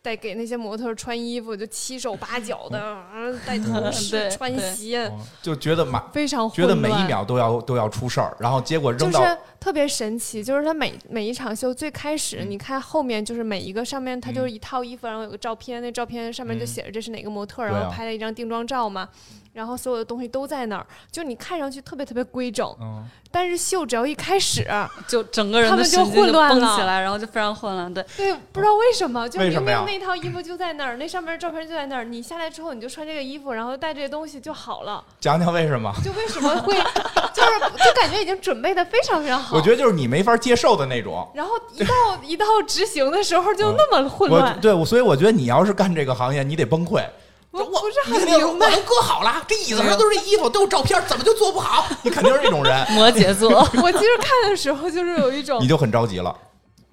A: 在给那些模特儿穿衣服，就七手八脚 的，啊带头饰、
C: 对
A: 穿
C: 对
A: 鞋，
B: 哦就觉得马
A: 非常
B: 觉
A: 混
B: 得
A: 乱。
B: 每一秒都要都要出事儿，然后结果
A: 就
B: 扔到
A: 是特别神奇，就是他每每一场秀最开始，
B: 嗯
A: 你看后面就是每一个上面，它就是一套衣服，然后有个照片，那照片上面就
B: 嗯
A: 写着这是哪个模特，
B: 对啊
A: 然后拍了一张定妆照嘛，然后所有的东西都在那儿，就你看上去特别特别规整，
B: 嗯，
A: 但是秀只要一开 始，
C: 就整个人
A: 他
C: 的
A: 们就
C: 神经就
A: 混乱
C: 绷
A: 了
C: 起来，然后就非常混 乱。对，
A: 对，不知道为什么，就
B: 为
A: 明
B: 什
A: 明
B: 么呀
A: 那套衣服就在那儿，那上面照片就在那儿，你下来之后你就穿这个衣服，然后带这些东西就好了，
B: 讲讲为什么？
A: 就为什么会， 就是就感觉已经准备的非常非常好
B: 我。觉得就是你没法接受的那种。
A: 然后一到一到执行的时候就那么混
B: 我
A: 乱，
B: 对我，所以我觉得你要是干这个行业，你得崩溃。
A: 我
B: 我
A: 不是很
B: 你肯定
A: 明白
B: 我都搁好了，这椅子上都是这衣服，都有照片，怎么就做不好？你肯定是这种 人，
C: 摩羯座
A: 我其实看的时候就是有一种
B: 你，就很着急了。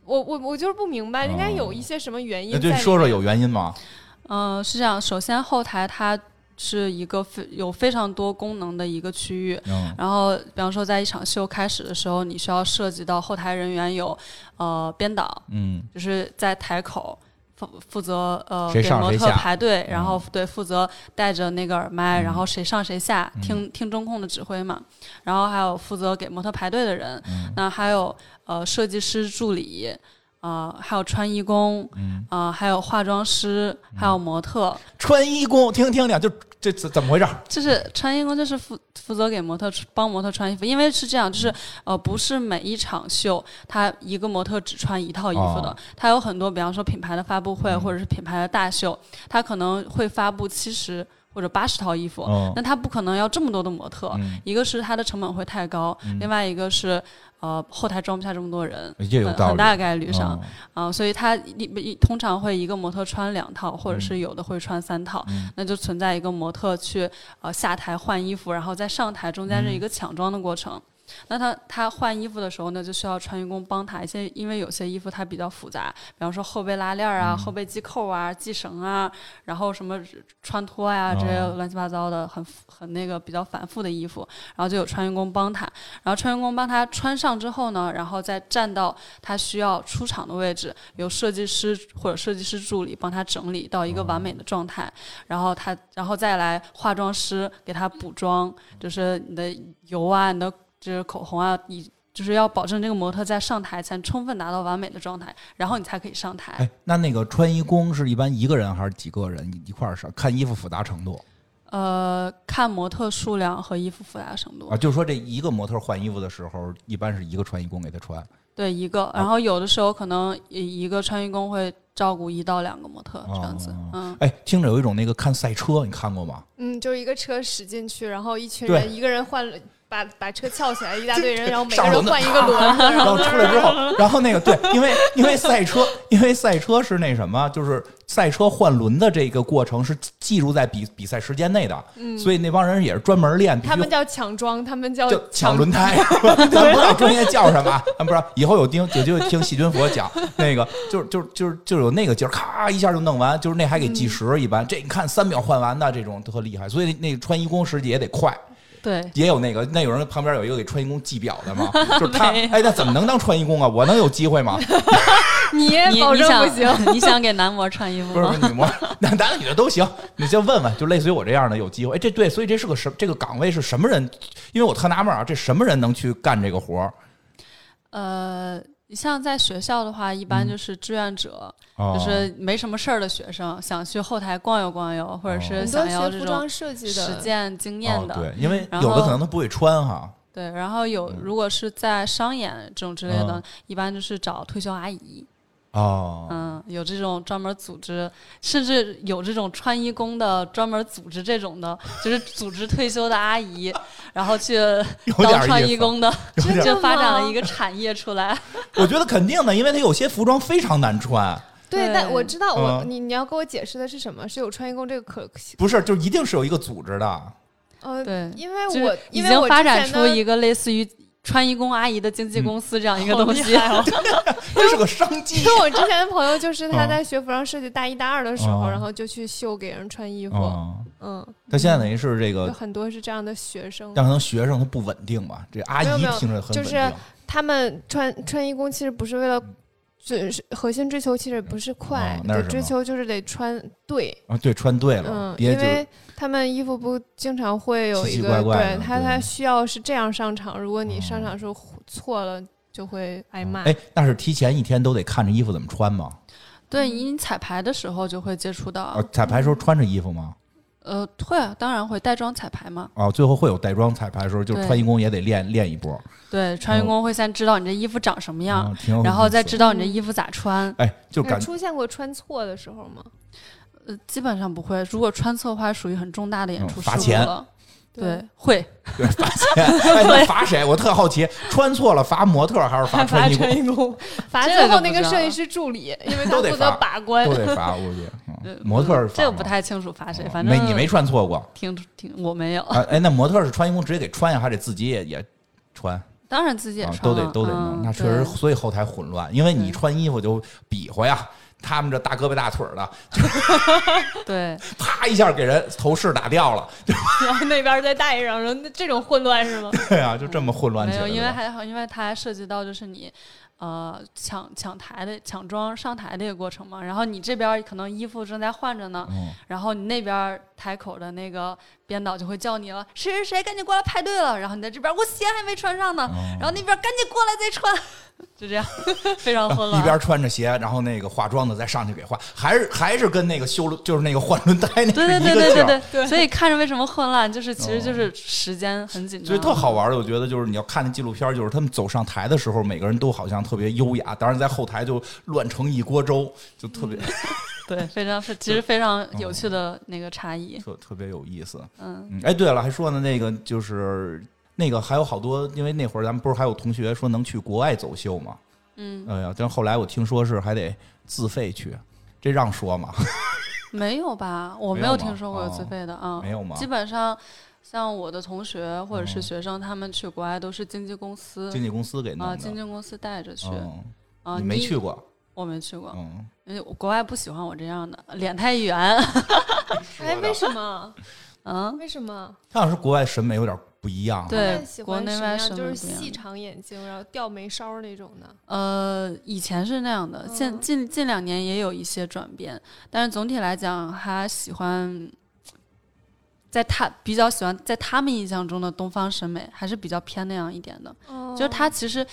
A: 我我我就是不明白，应该
B: 哦
A: 有一些什么原因在
B: 那
A: 里
B: 就
A: 面。
B: 说说有原因吗？
C: 嗯、是这样。首先，后台它是一个非有非常多功能的一个区域。
B: 嗯，
C: 然后，比方说，在一场秀开始的时候，你需要涉及到后台人员有，呃，编导，
B: 嗯，
C: 就是在台口负负责呃
B: 谁
C: 给
B: 上
C: 模
B: 谁
C: 特
B: 下嗯
C: 排队，然后对负责带着那个耳麦，然后谁上谁下，
B: 嗯
C: 听听中控的指挥嘛。
B: 嗯
C: 然后还有负责给模特排队的人，那还有呃设计师助理。啊、还有穿衣工，
B: 嗯，
C: 啊、还有化妆师，还有模特，
B: 穿衣工，听听听，就这怎怎么回事儿？
C: 就是穿衣工就是负负责给模特穿帮模特穿衣服，因为是这样，就是
B: 嗯
C: 呃，不是每一场秀他一个模特只穿一套衣服的
B: 哦，嗯
C: 他有很多，比方说品牌的发布会或者是品牌的大秀，他可能会发布七十或者八十套衣服，
B: 嗯
C: 那他不可能要这么多的模特，
B: 嗯，
C: 一个是它的成本会太高，另外一个是呃后台装不下这么多人，
B: 嗯也有
C: 很
B: 道
C: 很
B: 理
C: 大概率上
B: 嗯
C: 啊、所以它一一通常会一个模特穿两套，或者是有的会穿三套，
B: 嗯
C: 那就存在一个模特去呃下台换衣服，然后再上台中间是
B: 嗯
C: 一个抢装的过程。那他他换衣服的时候呢，就需要穿衣工帮他一些，因为有些衣服它比较复杂，比方说后背拉链啊、
B: 嗯
C: 后背系扣啊、系绳啊，然后什么穿脱呀、这些
B: 哦
C: 乱七八糟的，很很那个比较繁复的衣服，然后就有穿衣工帮他，然后穿衣工帮他穿上之后呢，然后再站到他需要出场的位置，由设计师或者设计师助理帮他整理到一个完美
B: 哦
C: 的状态，然后他然后再来化妆师给他补妆，就是你的油啊，你的就是口红啊，你。就是要保证这个模特在上台前充分达到完美的状态，然后你才可以上台。
B: 哎，那那个穿衣工是一般一个人还是几个人一块儿上？看衣服复杂程度
C: 呃，看模特数量和衣服复杂程度。
B: 啊，就是说这一个模特换衣服的时候，一般是一个穿衣工给他穿。
C: 对，一个，然后有的时候可能一一个穿衣工会照顾一到两个模特这样子，嗯，
B: 哎，听着有一种那个看赛车，你看 过吗？
A: 嗯，就一个车驶进去，然后一群
B: 对
A: 人，一个人换了，把把车撬起来，一大堆人，然后每个
B: 上
A: 人
B: 轮子哎
A: 换一个轮子，
B: 然
A: 然
B: 后
A: 后
B: 出来之后，然后那个对，因为因为赛车，因为赛车是那什么，就是赛车换轮的这个过程是计入在比比赛时间内的，所以那帮人也是专门练，必须
A: 嗯他们叫抢装，他
C: 哦
A: 们叫
B: 就抢轮 胎，
C: 啊
B: 咱不知道专业叫什么啊，咱不知道。以后有听有就听细菌佛讲那个，就是就是就是就是有那个劲儿，咔一下就弄完，就是那还给计时一般。这你看三秒换完的这种特厉害，所以那个穿衣工师姐也得快，
C: 对，
B: 也有那个那有人旁边有一个给穿衣工计表的嘛，就是 他
C: 没有
B: 哎，那怎么能当穿衣工啊？我能有机会吗？
A: 你
C: 你
A: 保
C: 你
A: 证
C: 想
A: 不行。
C: 你想给男模穿衣服
B: 不是
C: 吗
B: 不？是女模，男男的女的都行，你先问问，就类似于我这样的有机会。哎，这对，所以这是个什这个岗位是什么人？因为我特纳闷啊，这什么人能去干这个活儿？
C: 呃，你像在学校的话，一般就是志愿者，
B: 哦
C: 就是没什么事儿的学生，想去后台逛悠逛悠，或者是
A: 很多
C: 想要
A: 学
C: 这
A: 服
C: 种
A: 装设计
C: 实
A: 的，
C: 践经验的，
B: 哦。对，因为
C: 然
B: 有的
C: 后
B: 可能他不会穿哈。
C: 对，然后有
B: 嗯
C: 如果是在商演这种之类的
B: 嗯，
C: 一般就是找退休阿姨，
B: 哦，
C: 嗯，有这种专门组织，甚至有这种穿衣工的专门组织这种 的，就是组织退休的阿姨， 然后去
B: 有点
C: 当
B: 儿
C: 穿
B: 意
C: 衣
B: 思。
C: 工 的，
B: 有点儿
C: 就发展
A: 真的吗
C: 了一个产业 出来。
B: 我觉得肯定的，因为他有些服装非常难穿，
A: 对，但
C: 对
A: 我知道我
B: 嗯
A: 你你要给我解释的是什么？是有穿衣工这个可
B: 不是，就一定是有一个组织的。
A: 呃，
C: 对，
A: 因为
C: 就是
A: 我
C: 已
A: 因为
C: 经
A: 我
C: 发
A: 之前
C: 展出
A: 呢
C: 一个类似于穿衣工阿姨的经纪公司这样一个
A: 好
C: 东
A: 厉哦
C: 西。
B: 这是个商 机
A: 因。为我之前的朋友就是他
B: 嗯
A: 在学服装设计大一大二的时候，
B: 嗯
A: 然后就去秀给人穿衣服，
B: 嗯，
A: 嗯，
B: 他现在等于是这
A: 有
B: 个，
A: 很多是这样的学生，
B: 让他学生他不稳定嘛。这阿
A: 没有
B: 姨
A: 没有
B: 听着很
A: 就
B: 稳
A: 是
B: 定。
A: 他们穿穿衣工其实不是为了
B: 嗯。只
A: 就是核心追求其实不是快
B: 哦，那
A: 的
B: 是什
A: 追
B: 么
A: 求就是得穿对，
B: 啊，对，穿对了
A: 嗯，，
B: 别
A: 因
B: 就
A: 为他们衣服不经常会有
B: 奇
A: 一
B: 奇
A: 个，
B: 怪怪的
A: 对他
B: 对
A: 他需要是这样上场，如果你上
B: 哦
A: 场的时候错了，就会挨骂。
B: 哎，那是提前一天都得看着衣服怎么穿吗？
C: 对
A: 嗯
C: 你彩排的时候就会接触到
B: 啊，，彩排时候穿着衣服吗？
C: 呃，会啊，当然会带妆彩排嘛。
B: 啊，最后会有带妆彩排的时候，就是
C: 对
B: 穿衣工也得练练一波，
C: 对，穿衣
B: 哦
C: 工会先知道你这衣服长什么样，
B: 嗯，挺有
C: 然后再
B: 意思
C: 知道你这衣服咋穿。
B: 哎，就
A: 那
B: 感
A: 出现过穿错的时候吗？
C: 呃，基本上不会。如果穿错的话，属于很重大的演
B: 嗯
C: 出事
B: 罚钱
C: 故了。对，，会
B: 对，罚 钱，哎，那罚谁？我特好奇，穿错了罚模特还是罚穿 衣工？
A: 衣 工，罚
C: 这
A: 最
C: 个
A: 后
C: 不
A: 那个
C: 知道
A: 设计师助理，啊 因为
B: 都
A: 他
B: 得
A: 负责
B: 罚
A: 把关
B: 都。得罚，我觉得。嗯
C: 呃
B: 模特儿罚
C: 这个
B: 吗哦
C: 不太清楚罚谁，反
B: 没
C: 正
B: 你没穿 错过
C: 听听我没有，
B: 啊？哎，那模特儿是穿衣工直接给穿呀，还得自己也也穿，
C: 当然自己也
B: 啊
C: 穿
B: 都
C: 了，
B: 得都得弄。
C: 嗯
B: 那确
C: 对
B: 实，所以后台混乱，因为你
C: 对
B: 穿衣服就比划呀。他们这大胳膊大腿儿的，
C: 对，
B: 啪一下给人头饰打掉了，
A: 然后那边再带上，然后那这种混乱是吗？
B: 对啊，就这么混乱
C: 没
B: 起来
C: 有，
B: 了。
C: 因为还好，因为它还涉及到就是你，呃，抢抢台的抢装上台的一个过程嘛。然后你这边儿可能衣服正在换着呢，
B: 嗯
C: 然后你那边儿台口的那个编导就会叫你了，谁谁谁赶紧过来排队了。然后你在这边儿，我鞋还没穿上呢。
B: 哦
C: 然后那边儿赶紧过来再穿， 就这样，非常混
B: 一
C: 乱。
B: 哦边穿着鞋，然后那个化妆的再上去给化，还是还是跟那个修就是那个换轮胎那
C: 对
B: 是
C: 对
B: 一
C: 对
B: 个
C: 对
B: 劲儿哦
C: 对对，所以看着为什么混乱，就是其实就是时间很紧张，
B: 所以特好玩的，我觉得就是你要看那纪录片儿，就是他们走上台的时候，每个人都好像特别优雅，当然在后台就乱成一锅粥，就特别、
C: 嗯对，非常非其实非
B: 哦
C: 常有趣的那个差异，
B: 特特别有意思。
C: 嗯，
B: 嗯，哎，对了，还说呢，那个就是那个还有好多，因为那会儿咱们不是还有同学说能去国外走秀吗？
C: 嗯，
B: 哎呀，但后来我听说是还得自费去，这让说吗？
C: 嗯没有吧？我
B: 没
C: 没
B: 有
C: 有
B: 吗
C: 听说过有自
B: 哦
C: 费的啊，
B: 没有吗
C: 基？本上像我的同学或者
B: 哦
C: 是学生，他们去国外都是经纪公司
B: 经纪公司给弄
C: 啊，
B: 的。
C: 经纪公司带着去
B: 嗯，
C: 啊，
B: 你没去，过？
C: 我没去过，
B: 嗯，
C: 因为我国外不喜欢我这样的，脸太圆，
A: 哎，为什么？
C: 嗯，
A: 为什 么？
B: 他好像是国外审美有点不一样。
C: 对
A: 他们喜
C: 国
A: 欢
C: 内
A: 什么
C: 外
A: 样
C: 审
A: 就
C: 美
A: 是
C: 不一样
A: 细长眼睛，然后掉眉梢儿那种的。
C: 呃，以前是那样的，近
A: 嗯
C: 近近两年也有一些转变，但是总体来讲，还喜欢在他比较喜欢在他们印象中的东方审美，还是比较偏那样一点的。
A: 哦
C: 就是它其实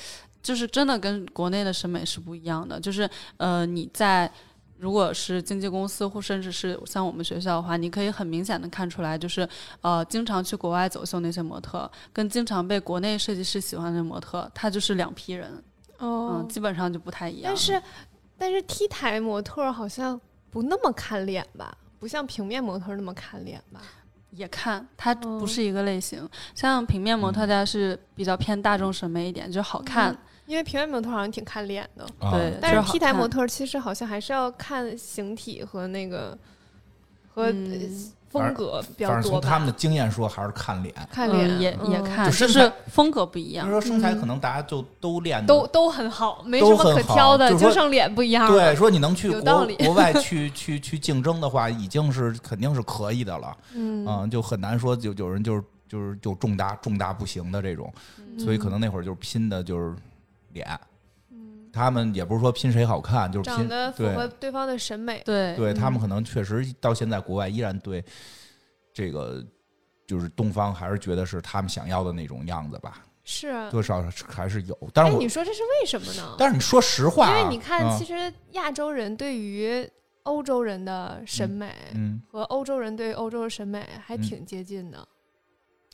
C: 就是真的跟国内的审美是不一样的，就是呃你在。如果是经纪公司或甚至是像我们学校的话，你可以很明显的看出来，就是呃，经常去国外走秀那些模特，跟经常被国内设计师喜欢的模特，他就是两批人。
A: 哦
C: 嗯，，基本上就不太一样。
A: 但是但是 T 台模特儿好像不那么看脸吧，不像平面模特儿那么看脸吧？
C: 也看，它不
A: 嗯
C: 是一个类型。像平面
B: 嗯
C: 模特，家是比较偏大众审美一点，就是好看。
A: 因为平面模特儿好像挺看脸的，
B: 啊
C: 对
A: 嗯但
C: 就是是好
A: T 台
C: 看
A: 模特儿其实好像还是要看形体和那个和呃
C: 嗯
A: 风格比
B: 反
A: 较
B: 正
A: 多
B: 从他们的
A: 吧。
B: 经验说，还是看脸。
A: 看
C: 嗯
A: 脸
C: 也也
A: 嗯
C: 看，
B: 就
C: 就
B: 身材
C: 是风格不一
B: 比
C: 样
B: 如。说身材，可能大家就都练得
A: 都都很好，没
B: 都
A: 什么
B: 很
A: 可
B: 好
A: 挑的，
B: 就是
A: 就
B: 说
A: 剩脸不一样了。
B: 对。说你能去
A: 有
B: 国
A: 道理
B: 国外去去去竞争的话，已经是肯定是可以的了。
A: 嗯
B: 嗯，就很难说有有人就是就是就重大重大不行的这种，
A: 嗯
B: 所以可能那会儿就是拼的就是脸。他们也不是说拼谁好看，就
A: 嗯
B: 是
A: 长
B: 拼
A: 得符合
B: 对
A: 对方的审美。
C: 对
B: 对，他们
C: 嗯
B: 可能确实到现在国外依然对这个就是东方还是觉得是他们想要的那种样子吧，
A: 是啊，
B: 多少还是有。但
A: 哎，
B: 是我
A: 你说这是为什么呢？
B: 但是你说实话
A: 因
B: 啊，
A: 为你看，
B: 嗯
A: 其实亚洲人对于欧洲人的审美
B: 嗯
A: 和欧洲人对欧洲的审美还
B: 嗯
A: 挺接近的。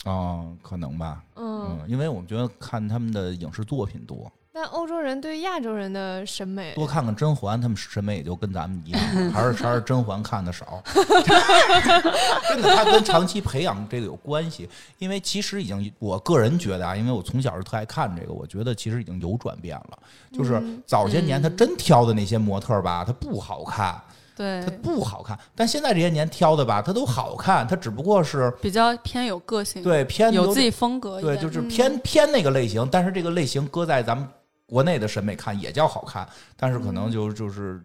B: 哦，可能吧，
A: 嗯，
B: 嗯，因为我们觉得看他们的影视作品多，
A: 但欧洲人对亚洲人的审美，
B: 多看看甄嬛，他们审美也就跟咱们一样，还是还是甄嬛看的少。真的，他跟长期培养这个有关系，因为其实已经，我个人觉得啊，因为我从小就特爱看这个，我觉得其实已经有转变了。就是
A: 嗯
B: 早些年他
C: 嗯
B: 真挑的那些模特儿吧，他不好看，他
C: 对，
B: 不好看。但现在这些年挑的吧，他都好看，他只不过是
C: 比较偏有个性，，
B: 对偏
C: 有
B: 点
C: 自己风格一点。嗯
B: 对，就是偏偏那个类型，但是这个类型搁在咱们国内的审美看也叫好看，但是可
C: 嗯
B: 能就就是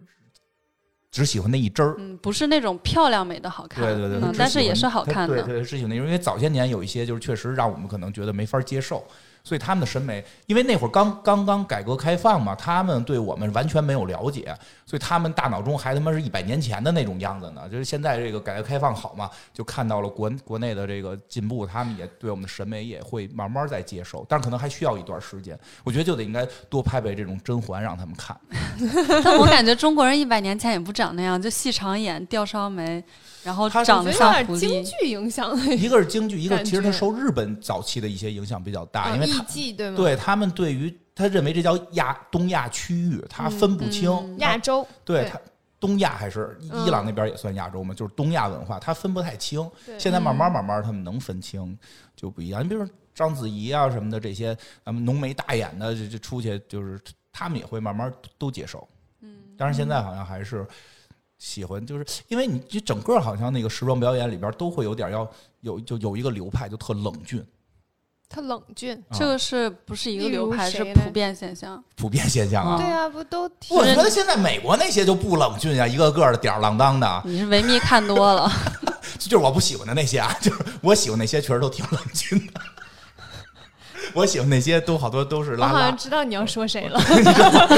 B: 只喜欢那一支儿。
C: 嗯，不是那种漂亮美的好看，
B: 对对对，
C: 嗯
B: 他只
C: 但是
B: 喜
C: 也
B: 欢
C: 是好
B: 他
C: 看
B: 对
C: 的。
B: 对，是喜欢那种，因为早些年有一些就是确实让我们可能觉得没法接受，所以他们的审美，因为那会儿刚刚刚改革开放嘛，他们对我们完全没有了解，所以他们大脑中还他妈是一百年前的那种样子呢。就是现在这个改革开放好嘛，就看到了国国内的这个进步，他们也对我们的审美也会慢慢在接受，但可能还需要一段时间。我觉得就得应该多拍拍这种甄嬛让他们 看。
C: 但我感觉中国人一百年前也不长那样，就细长眼、吊梢眉，然后
B: 他是
C: 长
A: 我
C: 得
A: 觉得有
C: 像
A: 点
C: 狐
A: 京
C: 狸。
A: 剧影响的
B: 一个是京剧，一个
A: 感
B: 其实它
A: 觉
B: 受日本早期的一些影响比较
C: 嗯
B: 大，因为
A: 艺
B: 他
A: 伎对吗？
B: 对他们对于他认为这叫亚东亚区域，他分不清、
C: 嗯
A: 亚
B: 他
A: 洲
B: 对
A: 对
B: 他东亚还是
A: 嗯
B: 伊朗那边也算亚洲嘛，就是东亚文化，他分不太清。
A: 对嗯
B: 现在慢慢慢慢他们能分清，就不一样。你比如说章子怡啊什么的这些，咱们浓眉大眼的这这出去，就是他们也会慢慢都接受。
C: 嗯，
B: 当然现在好像还是喜欢，就是因为你就整个好像那个时装表演里边都会有点要有就有一个流派就特冷峻，
A: 他冷峻。
B: 啊
C: 这个是不是一个
A: 例
C: 流
A: 如
C: 派？是
A: 谁
C: 普
A: 嘞
C: 遍现象。
B: 普遍现象啊。
C: 啊
A: 对啊，不都挺
B: 我觉得现在美国那些就不冷峻啊，一个个的吊儿郎当的，啊
C: 你是维密看多了，
B: 就是我不喜欢的那些啊，就是我喜欢那些确实都挺冷峻的。我喜欢那些都好多都是
A: 我
B: 拉
A: 好
B: 拉
A: 像，知道你要说谁了。
B: 对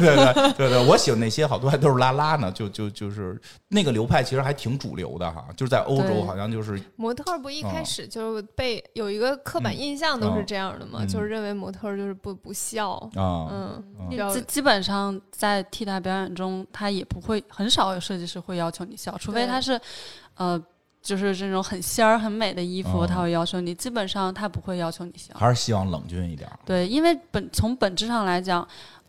B: 对对对对，我喜欢那些好多还都是拉拉呢，就就就是那个流派其实还挺主流的哈，就是在欧洲
C: 对
B: 好像就是
A: 模特儿不一开
B: 哦
A: 始就是被有一个刻板印象都是这样的嘛，
B: 嗯
A: 就是认为模特儿就是不不笑，
B: 啊，
A: 嗯，
B: 嗯
A: 要
C: 基基本上在替代表演中，他也不会很少有设计师会要求你笑，除非
A: 对
C: 他是，呃，就是这种很仙儿很美的衣服，
B: 哦
C: 他会要求你。基本上他不会要求你笑。
B: 还是希望冷峻一点。
C: 对，因为本从本质上来讲，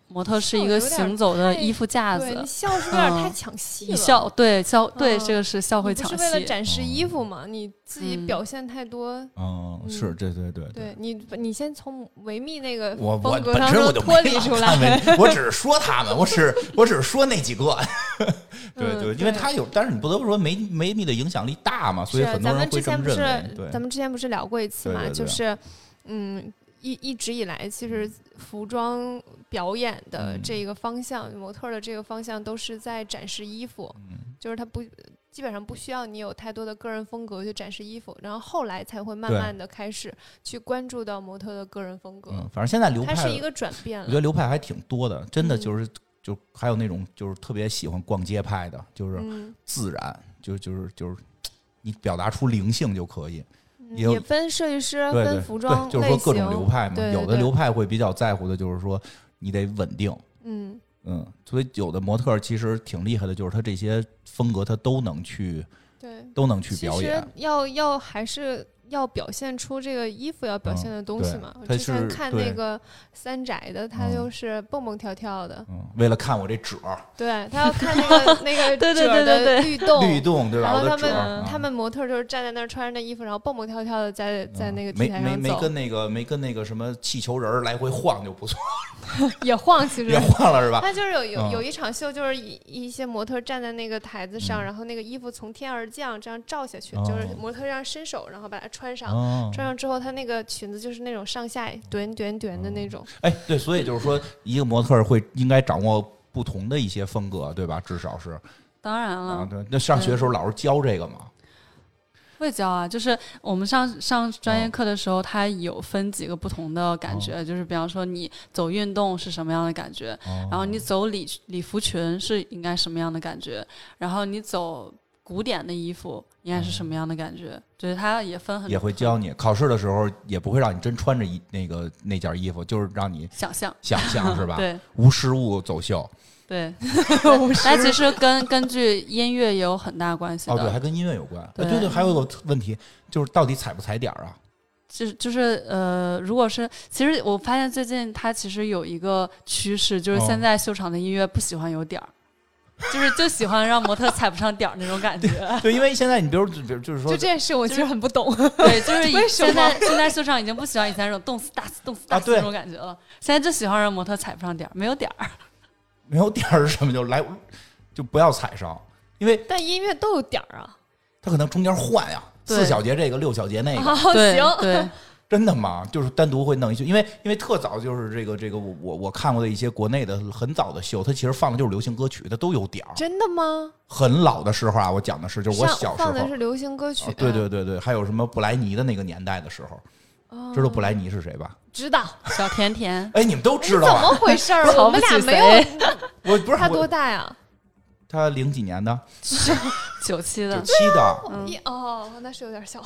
C: 模特是一个
A: 笑有点
C: 行走的
A: 太
C: 衣服架
A: 对
C: 子
A: 你，笑是有点
C: 嗯
A: 太抢戏了。
C: 你笑对笑对、
A: 嗯
C: 这个是笑
A: 你
C: 会
A: 不
C: 抢
A: 是为了
C: 戏。
A: 展示衣服嘛？你自己
C: 嗯
A: 表现太多，
B: 嗯，
A: 嗯
B: 是，对对对
A: 对你，你先从维密那个
B: 我我
A: 风格
B: 本
A: 当
B: 身我
A: 中
B: 就
A: 脱
B: 没
A: 离
B: 老
A: 出
B: 看
A: 来。
B: 维尼我 只是说他们，我只我只是说那几个，对
A: 嗯
B: 对，因为他有，但是你不得不说梅梅密的影响力大嘛，所以
A: 是
B: 很多
A: 咱
B: 人
A: 们
B: 会
A: 之
B: 这
A: 前
B: 么
A: 不
B: 认
A: 是
B: 为，对，
A: 咱们之前不是聊过一次
B: 对
A: 嘛？
B: 对对
A: 就是嗯，一一直以来，其实服装表演的
B: 嗯
A: 这一个方向，模特儿的这个方向，都是在展示衣服，
B: 嗯
A: 就是它不基本上不需要你有太多的个人风格去展示衣服，然后后来才会慢
B: 对
A: 慢的开始去关注到模特的个人风格，
B: 嗯，反正现在流
A: 它
B: 派
A: 是一个转变
B: 我觉得
A: 了。
B: 流派还挺多的，真的
A: 嗯
B: 就是、就还有那种就是特别喜欢逛街派的，就是
A: 嗯，
B: 自然，就就是就是你表达出灵性就可以。
A: 嗯
B: 也有
A: 也分设计师，
B: 对
A: 分
B: 对
A: 服装
B: 对，就是
A: 类
B: 说各种
A: 型
B: 流派嘛，
A: 对
B: 有的
A: 对
B: 流派会比较在乎的就是说你得稳定。
A: 嗯，
B: 嗯，所以有的模特儿其实挺厉害的，就是他这些风格他都能去
A: 对，
B: 都能去
A: 其
B: 表演
A: 实。要要还是要表现出这个衣服要表现的东西嘛。
B: 嗯
A: 我
B: 对
A: 之前
B: 它是
A: 看
B: 对
A: 那个三宅的，他
B: 嗯
A: 就是蹦蹦跳跳的，
B: 嗯，为了看我这褶儿
A: 对他要看那 个那个
C: 对对对
A: 褶儿
C: 对
A: 的
C: 对
A: 律动。
B: 律动，对吧？
A: 然
B: 我
A: 后
B: 的
A: 他
B: 褶儿
A: 们
C: 嗯
B: 啊
A: 他们模特就是站在那儿穿着那衣服，然后蹦蹦跳跳的在在
B: 嗯
A: 那个
B: 没
A: 题台
B: 没
A: 上
B: 没
A: 走
B: 跟，那个没跟那个什么气球人儿来回晃就不错，
A: 也晃。其
B: 别
A: 实
B: 晃了是吧？
A: 他就是有有
B: 嗯
A: 有一场秀，就是一一些模特站在那个台子上，
B: 嗯
A: 然后那个衣服从天而降，这样照下去，
B: 哦
A: 就是模特这样伸手，然后把它穿上，
B: 哦
A: 穿上之后，她那个裙子就是那种上下卷卷卷的那种。
B: 哎，对，所以就是说，一个模特儿会应该掌握不同的一些风格，对吧？至少是
C: 当然了，
B: 啊，对。那上学的时
C: 嗯
B: 候老师教这个嘛，
C: 会教啊，就是我们上上专业
B: 哦
C: 课的时候，它有分几个不同的
B: 啊
C: 感觉，就是比方说你走运动是什么样的感觉，
B: 哦
C: 然后你
B: 啊
C: 走礼礼服裙是应该什么样的感觉，然后你走古典的衣服应该是什么样的感觉，就是它也分很
B: 啊也会教你。考试的时候也不会让你真穿着一那个那件衣服，就是让你
C: 想象，
B: 想 象是吧？，
C: 对
B: 无实物走秀。
C: 对，它其实跟根据音乐也有很大关系
B: 哦，对，
C: 的，
B: 还跟音乐有关。
C: 对
B: 哎对对，还有个问题就是到底踩不踩点儿啊？
C: 就是就是呃，如果是，其实我发现最近它其实有一个趋势，就是
B: 哦
C: 现在秀场的音乐不喜欢有点儿，就是就喜欢让模特踩不上点儿那种感觉。
B: 对，因为现在你比如比如就是
A: 就
B: 说
A: 这，件事，我其实很不 懂。
C: 对，就是
A: 为
C: 以
A: 什么
C: 现在现在秀场已经不喜欢以前那种动次打次、动次打
B: 啊
C: 次
B: 对
C: 那种感觉了，现在就喜欢让模特踩不上点儿，没有点儿。
B: 没有点儿是什么就来就不要踩上，因为
A: 但音乐都有点儿啊。
B: 他可能中间换呀，
C: 对
B: 四小节这个，六小节那个。
A: 哦，
C: 对
A: 行，
C: 对，
B: 真的吗？就是单独会弄一秀，因为因为特早就是这个这个我我我看过的一些国内的很早的秀，它其实放的就是流行歌曲，它都有点儿。
A: 真的吗？
B: 很老的时候啊，我讲的是啊就是我
A: 上
B: 小时候
A: 放的，是流行歌曲
B: 啊。对对对对，还有什么布莱尼的那个年代的时候，
A: 哦，
B: 知道布莱尼是谁吧？，
A: 知道。
C: 小甜甜
B: 哎，你们都
A: 你
B: 知
A: 怎
B: 道啊？
A: 么回事 儿？
C: 毫
A: 我
C: 不
A: 们
C: 起
A: 俩没有
C: 谁。
B: 我不是
A: 他多
B: 我
A: 大 呀？
B: 他零几年的，
C: 九七
A: 啊
B: 九
C: 的，
B: 七的，
C: 嗯
A: 一哦，那是有点小，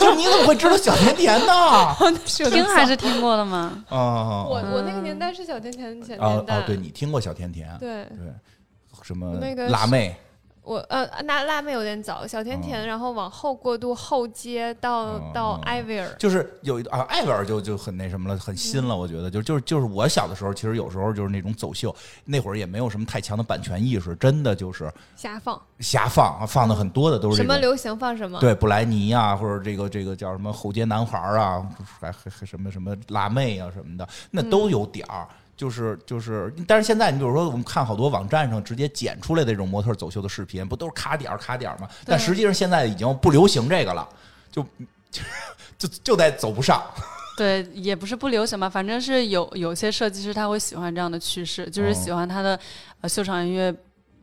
B: 就你怎么会知道小甜甜 呢？啊
A: 那是有点
C: 听还
A: 小。
C: 是听过的吗？
B: 啊
A: 我我那个
C: 嗯
A: 年代是小甜甜的小
B: 啊
A: 年代
B: 哦，。对你听过小甜甜，
A: 对
B: 对，什么
A: 那个
B: 辣妹，
A: 我呃，那辣妹有点早，小甜甜，然后往后过渡后街到
B: 哦
A: 到
B: 哦
A: 艾薇儿。
B: 就是有一啊，艾薇儿就就很那什么了，很新
A: 嗯
B: 了。我觉得，就就是就是我小的时候，其实有时候就是那种走秀，那会儿也没有什么太强的版权意识，真的就是
A: 瞎放
B: 瞎放，啊放的很多的都是
A: 什
B: 这
A: 么
B: 种。
A: 流行放什么，
B: 对布莱尼啊，或者这个这个叫什么后街男孩儿啊，还还还什么什么辣妹啊什么的，那
C: 嗯
B: 都有点儿，就是就是。但是现在你比如说，我们看好多网站上直接剪出来的这种模特走秀的视频，不都是卡点儿卡点儿吗？但实际上现在已经不流行这个了，就 就就在走不上。
C: 对，也不是不流行吧，反正是有有些设计师他会喜欢这样的趋势，就是
B: 哦
C: 喜欢他的、呃秀场音乐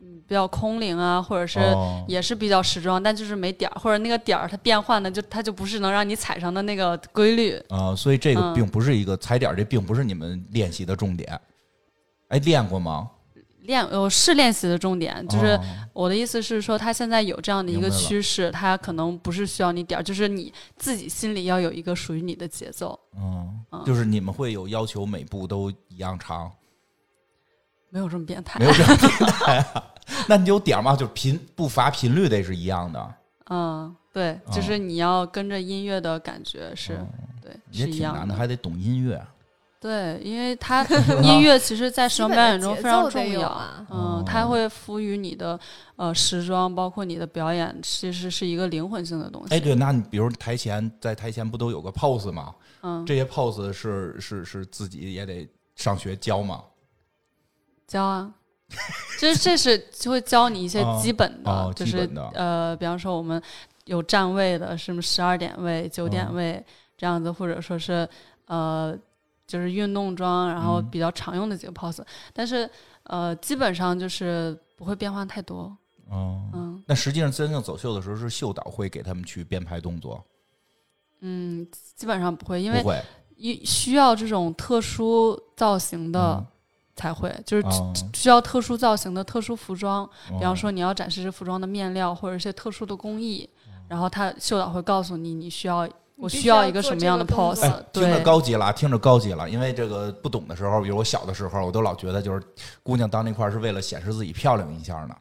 C: 嗯比较空灵啊，或者是
B: 哦
C: 也是比较时装，但就是没点儿，或者那个点儿它变换的就它就不是能让你踩上的那个规律。
B: 啊，所以这个
C: 嗯
B: 并不是一个踩点儿，这并不是你们练习的重点。哎，练过吗？
C: 练呃是练习的重点，就是
B: 哦
C: 我的意思是说，它现在有这样的一
B: 明
C: 个
B: 白了
C: 趋势，它可能不是需要你点儿，就是你自己心里要有一个属于你的节奏。
B: 嗯，
C: 嗯
B: 就是你们会有要求每步都一样长，
C: 没有这么变态
B: 没，有这样的啊那你有点儿吗？就是频步伐频率得是一样的，
C: 嗯，对，
B: 哦
C: 就是你要跟着音乐的感觉是，对，
B: 也
C: 是一
B: 挺
C: 样
B: 难的，还得懂音乐。
C: 对，因为 它音乐其实，在时装表演中非常
A: 基本的节
C: 重
A: 奏得有
C: 要
A: 啊
C: 嗯，
B: 哦
C: 它会赋予你的呃时装，包括你的表演，其实是一个灵魂性的东西。
B: 哎，对，那你比如台前在台前不都有个 pose 吗？
C: 嗯，
B: 这些 pose 是是是自己也得上学教吗？
C: 教啊，就是这是就会教你一些
B: 哦
C: 基本的，
B: 哦
C: 就
B: 基
C: 是
B: 本的
C: 呃，比方说我们有站位的，什么十二点位、九
B: 嗯
C: 点位、这样子，或者说是呃，就是运动装，然后
B: 嗯
C: 比较常用的几个 pose，、但是呃，基本上就是不会变化太多，
B: 哦，
C: 嗯
B: 那实际上真正走秀的时候，是秀导会给他们去编排动作，
C: 嗯，基本上不会，因
B: 不
C: 为
B: 会
C: 一需要这种特殊造型的
B: 嗯
C: 才会，就是
B: 哦
C: 需要特殊造型的特殊服装。
B: 哦
C: 比方说你要展示这服装的面料或者一些特殊的工艺，然后他秀导会告诉你你需要我
A: 必
C: 需
A: 须
C: 要
A: 要
C: 一个
A: 做
C: 什么
A: 这
C: 样的
A: 个动
C: pose，、
A: 作
B: 哎，听着
C: 对，
B: 高级了，听着高级了。因为这个不懂的时候，比如我小的时候，我都老觉得就是姑娘到那块儿是为了显示自己漂亮一下 呢，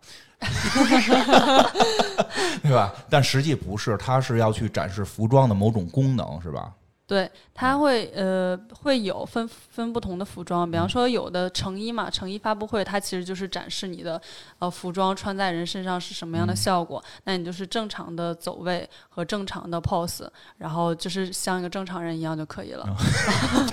B: 对吧？但实际不是，她是要去展示服装的某种功能，是吧？
C: 对，它会呃会有分分不同的服装，比方说有的成衣嘛，成衣发布会它其实就是展示你的呃服装穿在人身上是什么样的效果，那你就是正常的走位和正常的 pose，然后就是像一个正常人一样就可以了。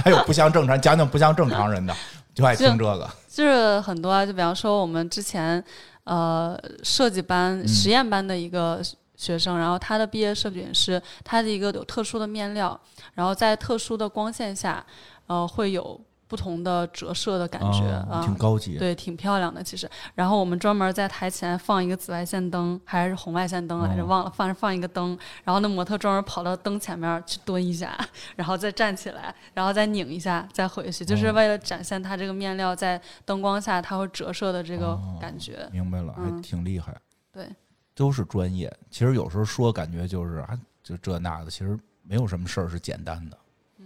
B: 还有不像正常，讲讲不像正 常人的，就爱听这个。
C: 就是很多啊，就比方说我们之前呃设计班、实验班的一个学生，然后他的毕业设计是他的一个有特殊的面料，然后在特殊的光线下，呃会有不同的折射的感觉
B: 哦
A: 嗯
C: 啊。
B: 挺高级。
C: 对，挺漂亮的其实。然后我们专门在台前放一个紫外线灯，还是红外线灯来着，
B: 哦
C: 忘了放放一个灯。然后那模特专门跑到灯前面去蹲一下， 然后再站起来，然后再拧一下，再回去，
B: 哦
C: 就是为了展现它这个面料在灯光下它会折射的这个
B: 哦
C: 感觉。
B: 明白了，还
C: 嗯
B: 挺厉害。
C: 对，
B: 都是专业。其实有时候说，感觉就是啊，就这那的，其实没有什么事儿是简单的。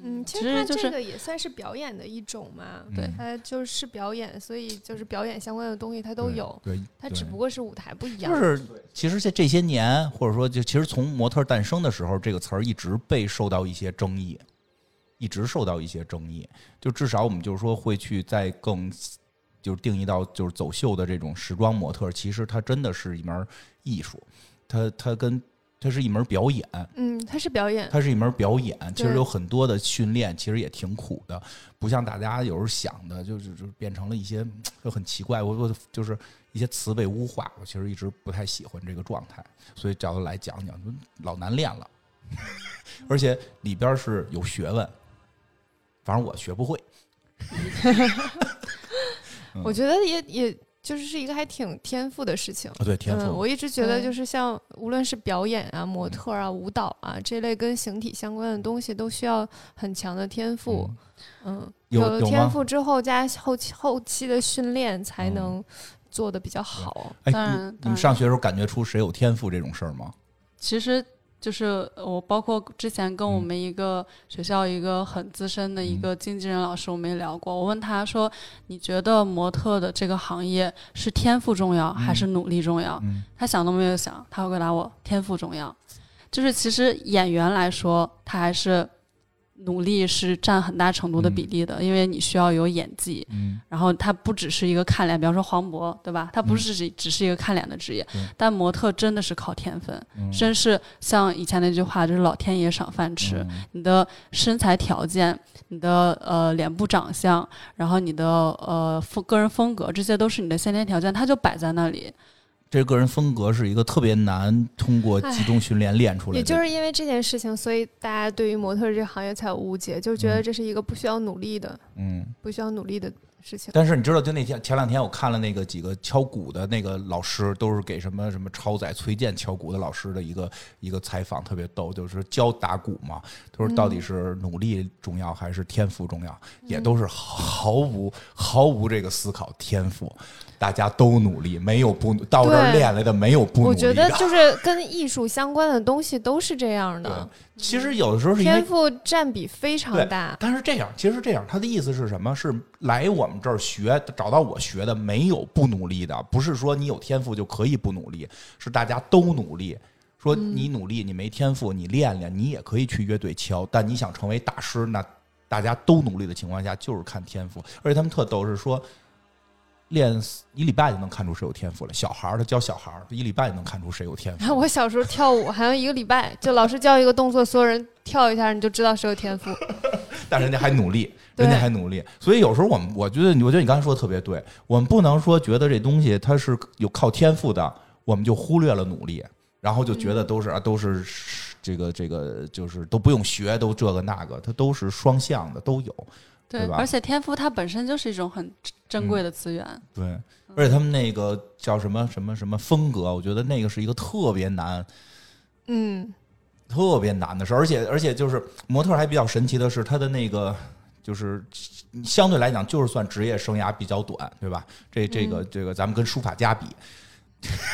A: 嗯，其
C: 其
A: 实
C: 实
A: 它
C: 就
A: 这
C: 是
A: 个也算是表演的一种嘛，
C: 对
B: 嗯
A: 它就是表演，所以就是表演相关的东西它都
B: 对
A: 有，
B: 对，
A: 它
B: 对
A: 只不过是舞台不一样
B: 就。是其实这这些年，或者说就其实从模特诞生的时候，这个词儿一直被受到一些争议，一直受到一些争议。就至少我们就是说会去在更就是定义到就是走秀的这种时装模特，其实它真的是一门艺术，它它跟它是一门表演，
A: 嗯，它是表演，
B: 它是一门表演，其实
A: 对
B: 有很多的训练，其实也挺苦的，不像大家有时候想的，就就就变成了一些就很奇怪，我我就是一些词被污化，我其实一直不太喜欢这个状态，所以找他来讲讲，老难练了， 而且里边是有学问，反正我学不会，嗯
A: 我觉得也也就是是一个还挺天赋的事情。
B: 啊对，天
A: 嗯，
B: 赋，嗯
A: 我一直觉得
C: 对
A: 就是像无论是表演啊、模特啊、舞蹈啊这类跟形体相关的东西，都需要很强的天赋。
B: 嗯
A: 嗯，
B: 有
A: 了
B: 有
A: 天
B: 吗
A: 赋之后加后期后期的训练，才
B: 嗯
A: 能做的比较好。
B: 哎，
C: 当然
B: 你你
C: 当
B: 们
C: 然
B: 上学的时候感觉出谁有天赋这种事儿吗？
C: 其实就是我，包括之前跟我
B: 嗯
C: 们一个学校一个很资深的一个经纪人老师，我们也聊过。我问他说：“你觉得模特的这个行业是天赋重要还是努力重要？”
B: 嗯
C: 他想都没有想，他回答我：“天赋重要。”就是其实演员来说，他还是努力是占很大程度的比例的，因为你需要有演技，
B: 嗯，
C: 然后他不只是一个看脸，比方说黄渤，对吧？他不是只、只是一个看脸的职业
B: 对，嗯
C: 但模特真的是靠天分，真是像以前那句话，就是老天爷赏饭吃。
B: 嗯
C: 你的身材条件、你的呃脸部长相，然后你的呃风个人风格，这些都是你的先天条件，它就摆在那里。
B: 这个人风格是一个特别难通过集中训练练出来的，
A: 也就是因为这件事情，所以大家对于模特这个行业才有误解，就觉得这是一个不需要努力的、
B: 嗯。
A: 不需要努力的事情。
B: 但是你知道，就那天前两天我看了那个几个敲鼓的那个老师，都是给什么什么超载崔健敲鼓的老师的一个一个采访，特别逗，就是教打鼓嘛，他说到底是努力重要还是天赋重要，也都是毫无毫无这个思考天赋，大家都努力，没有不努到这儿
A: 对
B: 练来的，没有不努
A: 我
B: 力的。
A: 觉得就是跟艺术相关的东西都是这样的，
B: 对其实有的时候是因为
A: 天赋占比非常大。
B: 但是这样，其实这样，他的意思是什么？是来我们这儿学，找到我学的，没有不努力的，不是说你有天赋就可以不努力，是大家都努力。说你努力，你没天赋，你练练，你也可以去乐队敲，但你想成为大师，那大家都努力的情况下，就是看天赋。而且他们特逗，是说练一礼拜就能看出谁有天赋了。小孩儿他教小孩儿，一礼拜就能看出谁有天
A: 然后
B: 赋。
A: 我小时候跳舞，好像一个礼拜就老师教一个动作，所有人跳一下，你就知道谁有天赋。
B: 但人家还努力，
A: 对
B: 人家还努力。所以有时候我们，我觉得你，我觉得你刚才说的特别对，我们不能说觉得这东西它是有靠天赋的，我们就忽略了努力，然后就觉得都是、啊都是这个这个就是都不用学，都这个那个，它都是双向的，都有。对吧嗯
C: 而且天赋它本身就是一种很珍贵的资源。
B: 对，而且他们那个叫什么什么什么风格，我觉得那个是一个特别难。
A: 嗯，
B: 特别难的事儿，而且而且就是模特儿还比较神奇的是，他的那个就是相对来讲就是算职业生涯比较短，对吧？这这个这个咱们跟书法家比，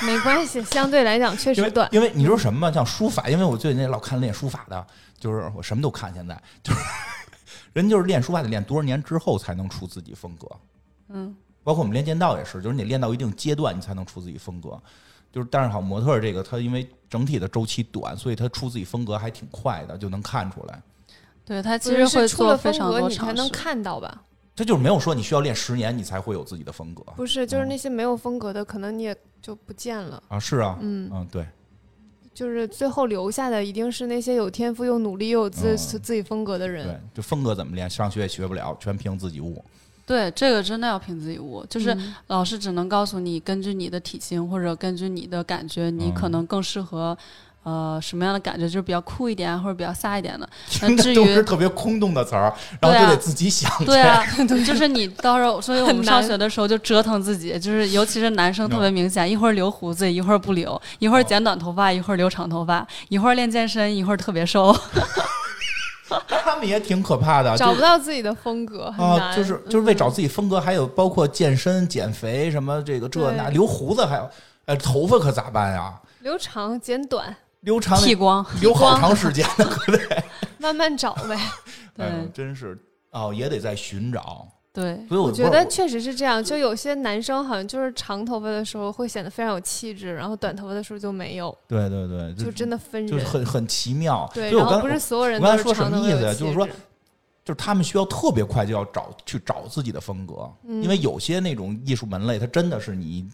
A: 没关系，相对来讲确
B: 因
A: 实
B: 为
A: 短。
B: 因为你知道什么吗？像书法，因为我最近老看练书法的，就是我什么都看，现在 就是人就是练书法得练多少年之后才能出自己风格，
C: 嗯，
B: 包括我们练剑道也是，就是你练到一定阶段，你才能出自己风格。就是，但是好模特儿这个，他因为整体的周期短，所以他出自己风格还挺快的，就能看出来。
C: 对，它其
A: 不
C: 实
A: 是
C: 会
A: 是出了
C: 做
A: 风
C: 非常
A: 格，
C: 多
A: 你才
C: 尝
A: 能
C: 试。
A: 看到吧？
B: 他就是没有说你需要练十年你才会有自己的风格
A: 不是，就是
B: 嗯
A: 那些没有风格的，可能你也就不见了。
B: 啊，是啊，
A: 嗯，
B: 嗯，对，
A: 就是最后留下的一定是那些有天赋、又努力、又有自、
B: 嗯
A: 自己风格的人。
B: 对，就风格怎么练，上学也学不了，全凭自 己悟。
C: 对，这个真的要凭自己悟，就是
A: 嗯
C: 老师只能告诉你，根据你的体型或者根据你的感觉，你可
B: 嗯
C: 能更适合。呃，什么样的感觉就是比较酷一点啊或者比较飒 一点的？
B: 听
C: 至
B: 着
C: 于
B: 都是特别空洞的词儿，然后就
C: 对啊
B: 得自己想去。
C: 对啊， 就是你到 时候，所以我
A: 很
C: 们上
A: 难
C: 学的时候就折腾自己，就是尤其是男生特别明显，一会儿留胡子，一会儿不留，一会儿剪短头发，一会儿留长头发，一会儿练健身，一会儿特别瘦。
B: 他们也挺可怕的，
A: 找
B: 啊就
A: 不到自己的风格，很难。嗯
B: 啊，就是就是为找自己风格，还有包括健身、减肥什么这个这那，
A: 对
B: 留胡子还有，呃，头发可咋办呀？
A: 留长剪短，
B: 留长
C: 剃光，
B: 留好长时间，可得。
A: 慢慢找呗。
C: 对
B: 哎呦，真是哦，也得在寻找。
C: 对，
B: 所以我
A: 我
B: 不知
A: 觉
B: 道
A: 得确实是这样，就有些男生好像就是长头发的时候会显得非常有气质，然后短头发的时候就没有，
B: 对对对，
A: 就真的分
B: 就是
A: 人。
B: 很很奇妙。
A: 对，
B: 所以
A: 然
B: 我
A: 后
B: 刚
A: 不是所有人
B: 我
A: 都
B: 刚才
A: 是
B: 说什
A: 长
B: 么
A: 头发
B: 意
A: 有
B: 思啊
A: 气
B: 就是说
A: 质
B: 就是他们需要特别快就要找去找自己的风格，
A: 嗯
B: 因为有些那种艺术门类，它真的是你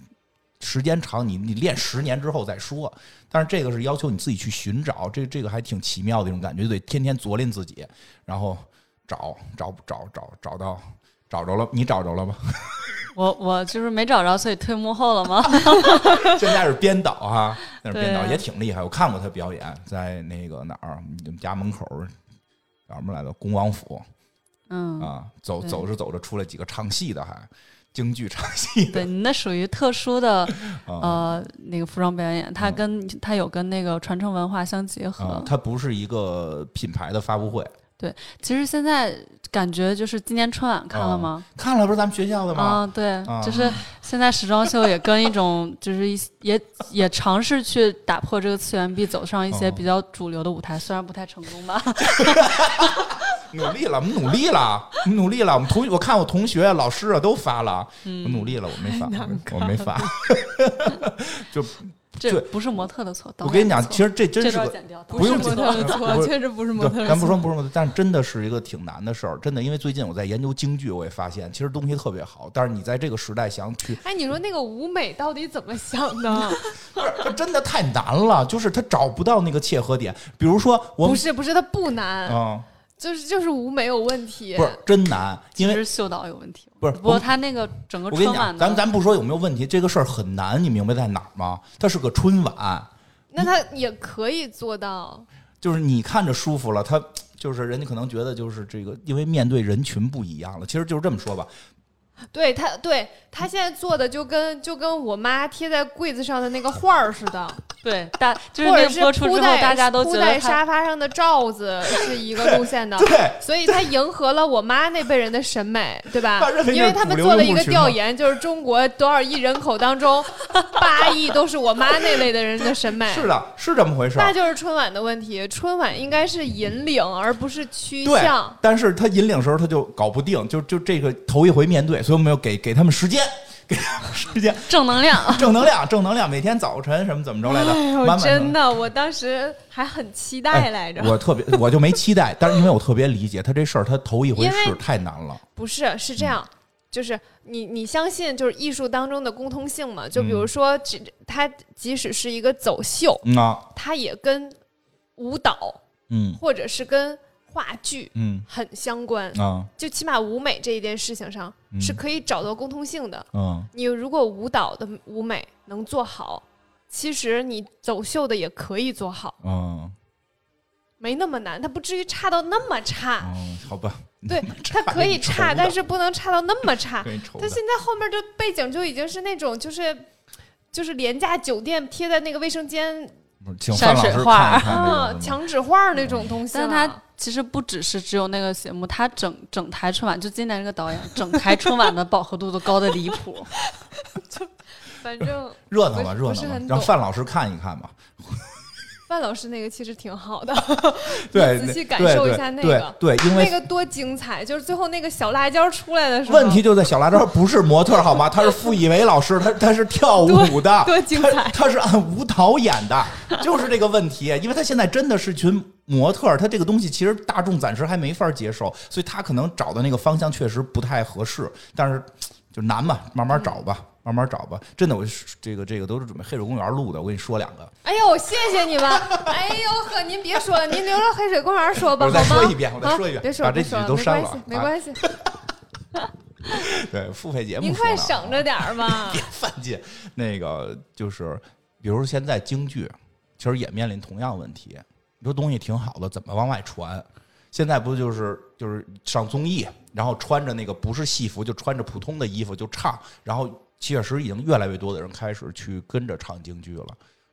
B: 时间长，你你练十年之后再说。但是这个是要求你自己去寻找，这这个还挺奇妙的一种感觉，就得天天琢练自己，然后找找找找找到找着了，你找着 了吗？
C: 我我就是没找着，所以退幕后了吗？
B: 现在是编导哈，那是编导
C: 对啊
B: 也挺厉害，我看过他表演，在那个哪儿，你们家门口儿叫什么来着？恭王府。
C: 嗯，
B: 啊，走
C: 对
B: 走着走着出来几个唱戏的还，京剧唱 戏的
C: 对，你那属于特殊的
B: 啊
C: 呃那个服装表演，它
B: 嗯
C: 跟它有跟那个传承文化相结合
B: 啊，。它不是一个品牌的发布会，
C: 其实现在感觉就是今年春晚看了吗？
B: 看了不是咱们学啊校的吗？
C: 啊，对，
B: 啊
C: 就是 现在时装秀也跟一种就是一也也尝试去打破这个次元壁，走上一些
B: 哦
C: 比较主流的舞台，虽然不太成功吧。
B: 努力了，我们努力了，我们努力了，我们同我看我同学、老师啊都发了，
C: 嗯
B: 我努力了，我没
C: 哎
B: 发，我没发。
C: 这
B: 对
C: 不是模特的错，导
B: 我跟你
C: 演
B: 讲，
C: 的错
B: 其实这真
C: 这
B: 是
C: 段
B: 个。
C: 剪掉，
B: 不用
A: 不是模
B: 紧
A: 特的
B: 张
A: 错，
B: 不是
A: 确实不是模特
B: 对，
A: 的
B: 咱不
A: 错。
B: 说不是模特，但真的是一个挺难的事儿。真的，因为最近我在研究京剧，我也发现，其实东西特别好，但是你在这个时代想去
A: 哎，你说那个舞美到底怎么想的？
B: 不是，它真的太难了，就是他找不到那个切合点。比如说，我
A: 不
B: 们
A: 是不是，它不难，
B: 嗯，
A: 就是就是舞美有问题。
B: 不是真难，因
C: 其
B: 为
C: 实秀导有问题。
B: 不是
C: 不
B: 我
C: 过他那个整
B: 我
C: 个
B: 跟
C: 春
B: 你
C: 晚
B: 讲，
C: 的，
B: 咱咱不说有没有问题，这个事儿很难，你明白在哪儿吗？它是个春晚，
A: 那他也可以做到，
B: 就是你看着舒服了，它就是人家可能觉得就是这个，因为面对人群不一样了。其实就是这么说吧，，
A: 对他，对他现在做的就跟就跟我妈贴在柜子上的那个画儿似的，
C: 对，大 就是
A: 或
C: 那
A: 者
C: 个
A: 是
C: 播出
A: 铺
C: 之后，
A: 在
C: 大家都觉
A: 铺
C: 得
A: 在
C: 他
A: 沙发上的罩子是一个路线的
B: 对，
A: 所以他迎合了我妈那辈人的审美，对吧
B: 把认？为
A: 因
B: 是
A: 为他
B: 主
A: 们
B: 流
A: 做了
B: 用
A: 一
B: 户
A: 个
B: 群
A: 调
B: 嘛
A: 研，就是中国多少亿人口当中，八亿都是我妈那类的人的审美。
B: 是的，是这么回事
A: 那
B: 儿。
A: 就是春晚的问题，春晚应该是引领而不是趋
B: 对
A: 向。，
B: 但是他引领时候他就搞不定，就就这个头一回面对，所以我们要给给他们时间，给他们时间，
C: 正 能量。
B: 正能量，正能量，每天早晨什么怎么着来的，
A: 哎呦，
B: 慢慢
A: 真
B: 的。
A: 的，我当时还很期
B: 哎
A: 待来着。
B: 我特别，我就没期待，但是因为我特别理解他这事儿，他头一回
A: 因为
B: 试太难了。
A: 不是，是
B: 嗯
A: 这样，就是你你相信就是艺术当中的共通性嘛？就比如说，这它即使是一个走秀，
B: 嗯啊，
A: 它也跟舞蹈
B: 嗯
A: 或者是跟话剧
B: 嗯
A: 很相关。
B: 啊
A: 就起码舞美这一件事情上
B: 嗯
A: 是可以找到共通性的。
B: 嗯
A: 你如果舞蹈的舞美能做好，其实你走秀的也可以做好，
B: 嗯
A: 没那么难，它不至于差到那么差。
B: 嗯，好吧，
A: 对，它
B: 差
A: 可以
B: 你瞅
A: 差，
B: 的
A: 但是不能差到那么差。
B: 给你瞅的
A: 他现在后面就背景就已经是那种就是就是廉价酒店贴在那个卫生间
B: 不是请范
C: 山
B: 老
C: 水
B: 师看
C: 画儿
B: 一看这个
A: 啊
B: 怎么
A: 墙纸画那种东西
C: 但
A: 了。
C: 是他其实不只是只有那个节目，他整整台春晚就今年这个导演，整台春晚的饱和度都高的离谱。
A: 反正
B: 热闹吧，
A: 不是
B: 热
A: 不是
B: 闹吧
A: 很，
B: 让
A: 懂
B: 范老师看一看吧。
A: 范老师那个其实挺好的，
B: 对，
A: 仔细
B: 对
A: 感受一
B: 对
A: 下那
B: 对
A: 个
B: 对，因
A: 那
B: 为
A: 个多精彩！就是最后那个小辣椒出来的时候，
B: 问题就在小辣椒不是模特儿好吗？他是傅艺伟老师，他他是跳舞的，
A: 多精
B: 他
A: 彩
B: 他是按舞蹈演的，就是这个问题。因为他现在真的是群模特儿，他这个东西其实大众暂时还没法接受，所以他可能找的那个方向确实不太合适，但是就难吧，慢慢找吧。慢慢找吧，真的，我是这个这个都是准备黑水公园录的。我跟你说两个，
A: 哎呦，谢谢你们！哎呦呵，您别说了，您留着黑水公园说吧，
B: 我
A: 好吗？
B: 再说一遍我再
A: 啊
B: 说一遍
A: 别说
B: 把
A: 了，别
B: 这几
A: 说
B: 句都
A: 了，没
B: 删
A: 关
B: 了
A: 系
B: 啊，
A: 没关系，
B: 对付费节目
A: 您
B: 说
A: 快
B: 呢
A: 省着点儿 吧。
B: 犯贱。那个就是，比如说现在京剧，其实也面临同样问题。你说东西挺好的，怎么往外传？现在不就是就是上综艺，然后穿着那个不是戏服，就穿着普通的衣服就唱，然后确实已经越来越多的人开始去跟着唱京剧了。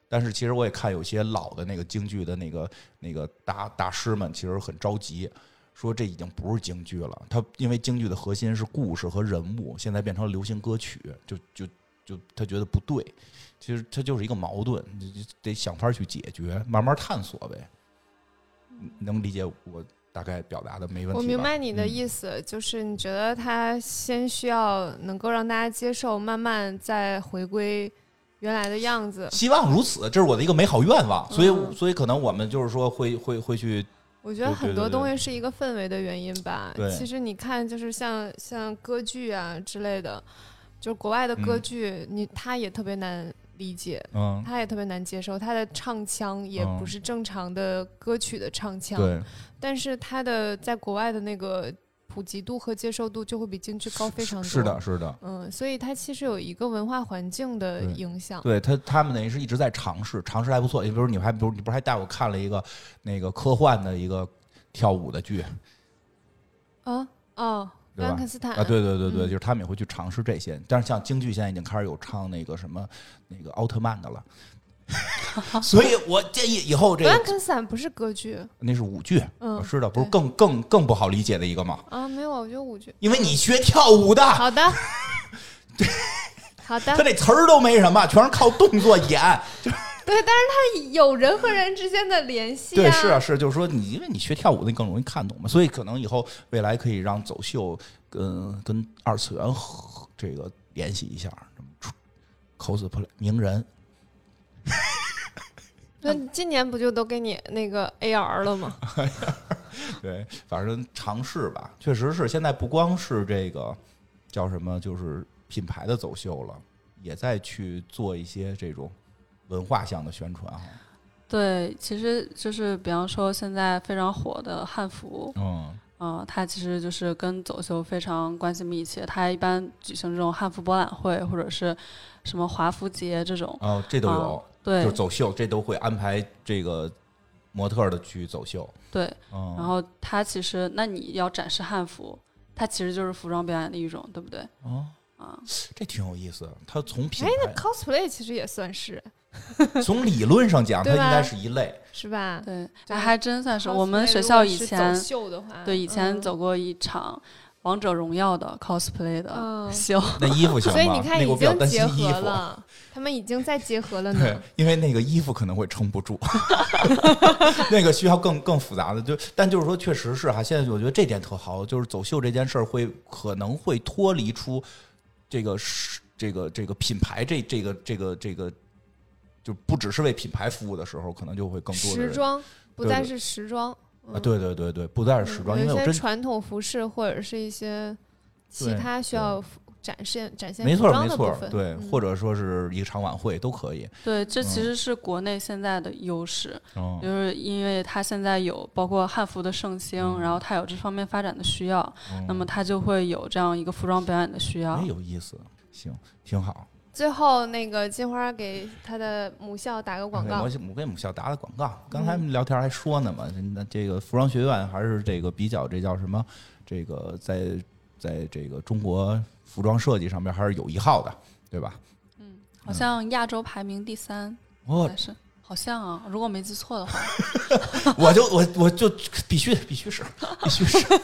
B: 但是其实我也看有些老的那个京剧的那个那个大大师们，其实很着急，说这已经不是京剧了。他因为京剧的核心是故事和人物，现在变成了流行歌曲，就就就他觉得不对。其实他就是一个矛盾，你你得想法去解决，慢慢探索呗。能理解我大概表达的没问
A: 我
B: 题吧？嗯
A: 明白你的
B: 思。
A: 意思，就是你觉得它先需要能够让大家接受，慢慢再回归原来的样子。
B: 希望如此，这是我的一个美好愿望，所以、
A: 嗯
B: 所以可能我们就是说会会会去
A: 我觉得
B: 对对
A: 很
B: 对
A: 多
B: 对
A: 东西是一个氛围的原因吧
B: 对。
A: 其实你看，就是像像歌剧啊之类的，就是国外的歌
B: 嗯
A: 剧，你它也特别难理解，
B: 嗯，
A: 它也特别难接受，它的唱腔也
B: 嗯
A: 不是正常的歌曲的唱腔，
B: 对，
A: 但是它的在国外的那个普及度和接受度就会比京剧高非常多。
B: 是的，是的。
A: 嗯，所以它其实有一个文化环境的
B: 对
A: 影响。
B: 对他，他们等于是一直在尝试，尝试还不错。你比如你还，比如你不是还带我看了一个那个科幻的一个跳舞的剧
A: 嗯啊哦，弗
B: 对吧
A: 兰肯斯坦
B: 啊？对对对对，
A: 嗯
B: 就是他们也会去尝试这些。但是像京剧现在已经开始有唱那个什么那个奥特曼的了， 所以我建议以后这
A: 弗兰
B: 个
A: 肯斯坦不是歌剧
B: 那是舞剧，
A: 嗯
B: 我知道，不是
A: 对
B: 更更更不好理解的一个吗？
A: 啊，没有，我觉得舞剧。
B: 因为你学跳舞的，
A: 好 的，好的
B: 他，这词儿都没什么，全是靠动作演。
A: 对，但是它有人和人之间的联系
B: 对，
A: 啊。
B: 是啊，是啊，就是说你因为你学跳舞，你更容易看懂嘛，所以可能以后未来可以让走秀跟跟二次元和这个联系一下，什么出 cosplay 名人，
A: 那今年不就都给你那个 AR 了吗？
B: 对， 反正尝试吧。确实是，现在不光是这个叫什么，就是品牌的走秀了，也在去做一些这种文化向的宣传哈。 啊
C: 对，其实就是比方说现在非常火的汉服，
B: 嗯
C: 啊、它其实就是跟走秀非常关系密切。它一般举行这种汉服博览会或者是什么华服节这种，
B: 哦，这都有
C: 啊，对
B: 就是走秀，这都会安排这个模特儿的去走秀。
C: 对。
B: 嗯，
C: 然后它其实，那你要展示汉服，它其实就是服装表演的一种，对不对？
B: 哦，
C: 啊，
B: 这挺有意思。它从品
A: 哎，那
B: 牌，
A: cosplay 其实也算是
B: 从理论上讲，它
A: 对
B: 应
A: 吧
B: 该是一类。
A: 是吧？
C: 对，
A: 就
C: 哎
A: 是
C: 还真算是。我们
A: cosplay
C: 学
A: 如
C: 校
A: 果
C: 以
A: 是
C: 前
A: 走秀的话，
C: 对以前
A: 嗯
C: 走过一场王者荣耀的 cosplay 的
A: 嗯，
C: 秀，
B: 那衣服行
A: 所
B: 吗？
A: 以你看
B: 那个
A: 已
B: 我比较
A: 经
B: 担
A: 结
B: 心衣
A: 合
B: 服。
A: 了，嗯他们已经在结合了
B: 对
A: 呢。，
B: 因为那个衣服可能会撑 不住，那个需要更更复杂的。就但就是说，确实是哈、现在我觉得这点特好，就是走秀这件事儿会可能会脱离出这个是这个这个品牌这这个这个这个，就不只是为品牌服务的时候，可能就会更多的
A: 时
B: 人
A: 装不
B: 对
A: 再
B: 对
A: 是时装，
B: 啊，
A: 嗯
B: 对对对对，不再是时装，因为
A: 有
B: 我
A: 一
B: 真
A: 些传统服饰或者是一些其
B: 对
A: 他需
B: 对
A: 要服展现展现
B: 没
A: 服
B: 错
A: 装
B: 没
A: 的部
B: 错
A: 分，，
B: 对，
A: 嗯
B: 或者说是一个场晚会都可以，
C: 对，这其
B: 嗯
C: 实是国内现在的优势，
B: 嗯
C: 就是因为它现在有包括汉服的盛行，
B: 嗯
C: 然后它有这方面发展的需要，那么它就会有这样一个服装表演的需要
B: 哎，。嗯有意思，行，挺好。
A: 最后那个金花给她的母校打个广告嗯
B: 我，我啊给母校打打广告。刚才聊天还说呢嘛，那这个服装学院还是这个比较这叫什么？这个在在这个中国服装设计上面还是有一号的，对吧？嗯
C: 好像亚洲排名第三，
B: 我
C: 但是好像啊，如果没记错的话，
B: 我就我我就必须必须是必须是必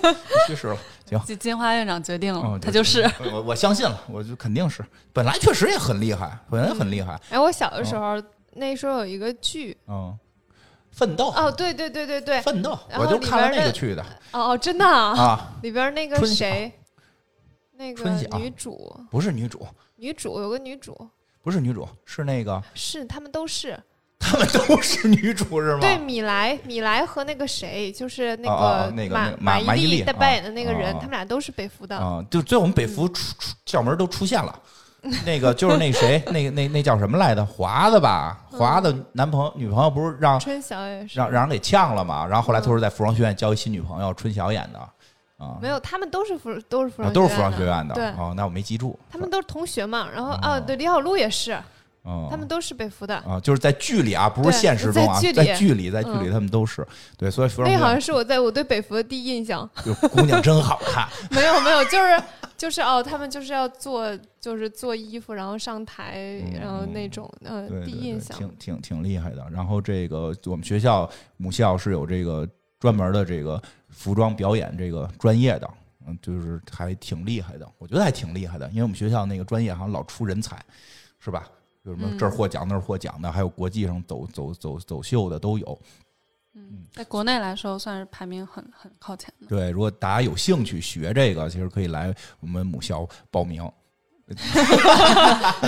B: 须是了，行。
C: 金金花院长决定了
B: 嗯，
C: 他就是。
B: 我我相信了，我就肯定是，本来确实也很厉害，本来很厉害，
A: 哎，我
B: 啊
A: 小的时候那时候有一个剧，
B: 嗯，奋斗，
A: 哦，对对对对对，
B: 奋斗，
A: 然
B: 我
A: 后
B: 就
A: 里
B: 看了
A: 边
B: 那
A: 的
B: 个去的
A: 哦哦，真的啊，
B: 啊，
A: 里边那个
B: 春晓
A: 谁，那个
B: 春晓
A: 女主，
B: 不是女主，
A: 女主有个女主
B: 不是女主，是那个
A: 是他们都是
B: 他们都是女主是吗？
A: 对米莱米莱和那个谁，就是那
B: 哦
A: 个
B: 哦那个那
A: 马
B: 个马马
A: 伊
B: 伊琍
A: 琍的
B: 啊
A: 扮演的那个
B: 哦
A: 人，
B: 哦
A: 他们俩都是北服的，
B: 啊、就最后我们北服出出校门都出现了，那个就是那谁，那那那叫什么来的华子吧？
A: 嗯
B: 华子男朋友女朋友不是让
A: 春晓也是
B: 让让人给呛了嘛？然后后
A: 嗯
B: 来他说在服装学院交一新女朋友，春晓演的啊，
A: 没有，他们都是服都是服
B: 啊
A: 装
B: 都是服
A: 学院
B: 装学
A: 的，
B: 院的
A: 对
B: 哦，那我没记住，
A: 他们都是同学嘛，然后
B: 哦
A: 啊，对李小璐也是，
B: 嗯，
A: 他们都是北服的。
B: 啊，就是在剧里啊，不是
A: 对
B: 现实中
A: 在
B: 啊，
A: 剧里
B: 在剧里，在剧里
A: 嗯
B: 他们都是、对，所以服装
A: 那
B: 学
A: 好像
B: 院
A: 是我在我对北服的第一印象，
B: 就姑娘真好看，
A: 没有没有，就是就是哦，他们就是要做就是做衣服，然后上台，
B: 嗯
A: 然后那种呃
B: 对
A: 第
B: 对
A: 一
B: 对，
A: 印象，
B: 挺挺挺厉害的。然后这个我们学校母校是有这个专门的这个服装表演这个专业的，嗯，就是还挺厉害的，我觉得还挺厉害的，因为我们学校那个专业好像老出人才，是吧？有什么
C: 嗯
B: 这儿获奖那儿获奖的，还有国际上走走走走秀的都有。
C: 在国内来说，算是排名很很靠前的。
B: 对，如果大家有兴趣学这个，其实可以来我们母校报名。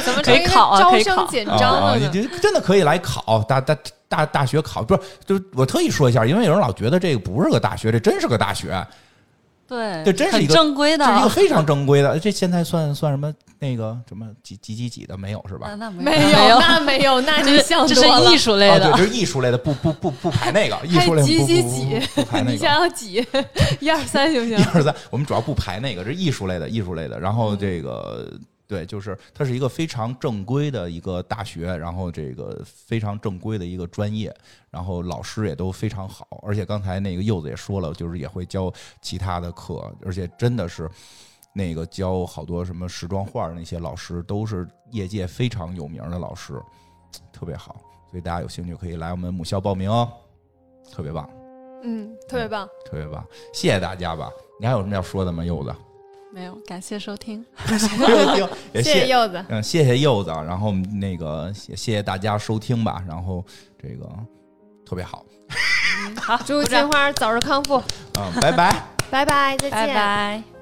A: 怎么
C: 可以
A: 成一个
C: 考啊
A: 招
C: 可以
A: 生
C: 考
A: 简
B: 啊
A: 章
B: 啊
A: 了
B: 你
A: 呢？
B: 这真的可以来考大大大大学考，不是？就是我特意说一下，因为有人老觉得这个不是个大学，这真是个大学，
C: 对，
B: 这真是
C: 很
B: 一个
C: 正规的
B: 这是一个非常正规的。这现在算算什么那个什么几几几几的没有是吧
C: 啊，？
A: 嗯
C: 那没
A: 没
C: 有，
A: 有，那没有， 那
C: 这
A: 你
C: 是
A: 想
C: 这
A: 多了
C: 是艺术类
B: 啊，
C: 的
B: 对，，这是艺术类的，不不不不排那个，艺术类
A: 还
B: 不
A: 几几
B: 不
A: 几
B: 不不排那
A: 你想
B: 个。
A: 要几？一二三行不
B: 一
A: 行？
B: 二三，我们主要不排那个，这是艺术类的，艺术类的。然后这个对，就是它是一个非常正规的一个大学，然后这个非常正规的一个专业，然后老师也都非常好。而且刚才那个柚子也说了，就是也会教其他的课，而且真的是。那个教好多什么时装画儿那些老师都是业界非常有名的老师，特别好，所以大家有兴趣可以来我们母校报名哦，特别棒。
A: 嗯，特别棒。
B: 特别棒，谢谢大家吧。你还有什么要说的吗？柚 子，
C: 没有。感谢收听，
B: 也
A: 谢谢柚子，
B: 嗯，谢谢柚子，然后我们那个也谢谢大家收听吧，然后这个特别好，
C: 嗯好，
A: 祝
C: 鼓掌
A: 金花早日康复，
B: 嗯，拜拜。
A: 拜拜，再见。
C: 拜拜。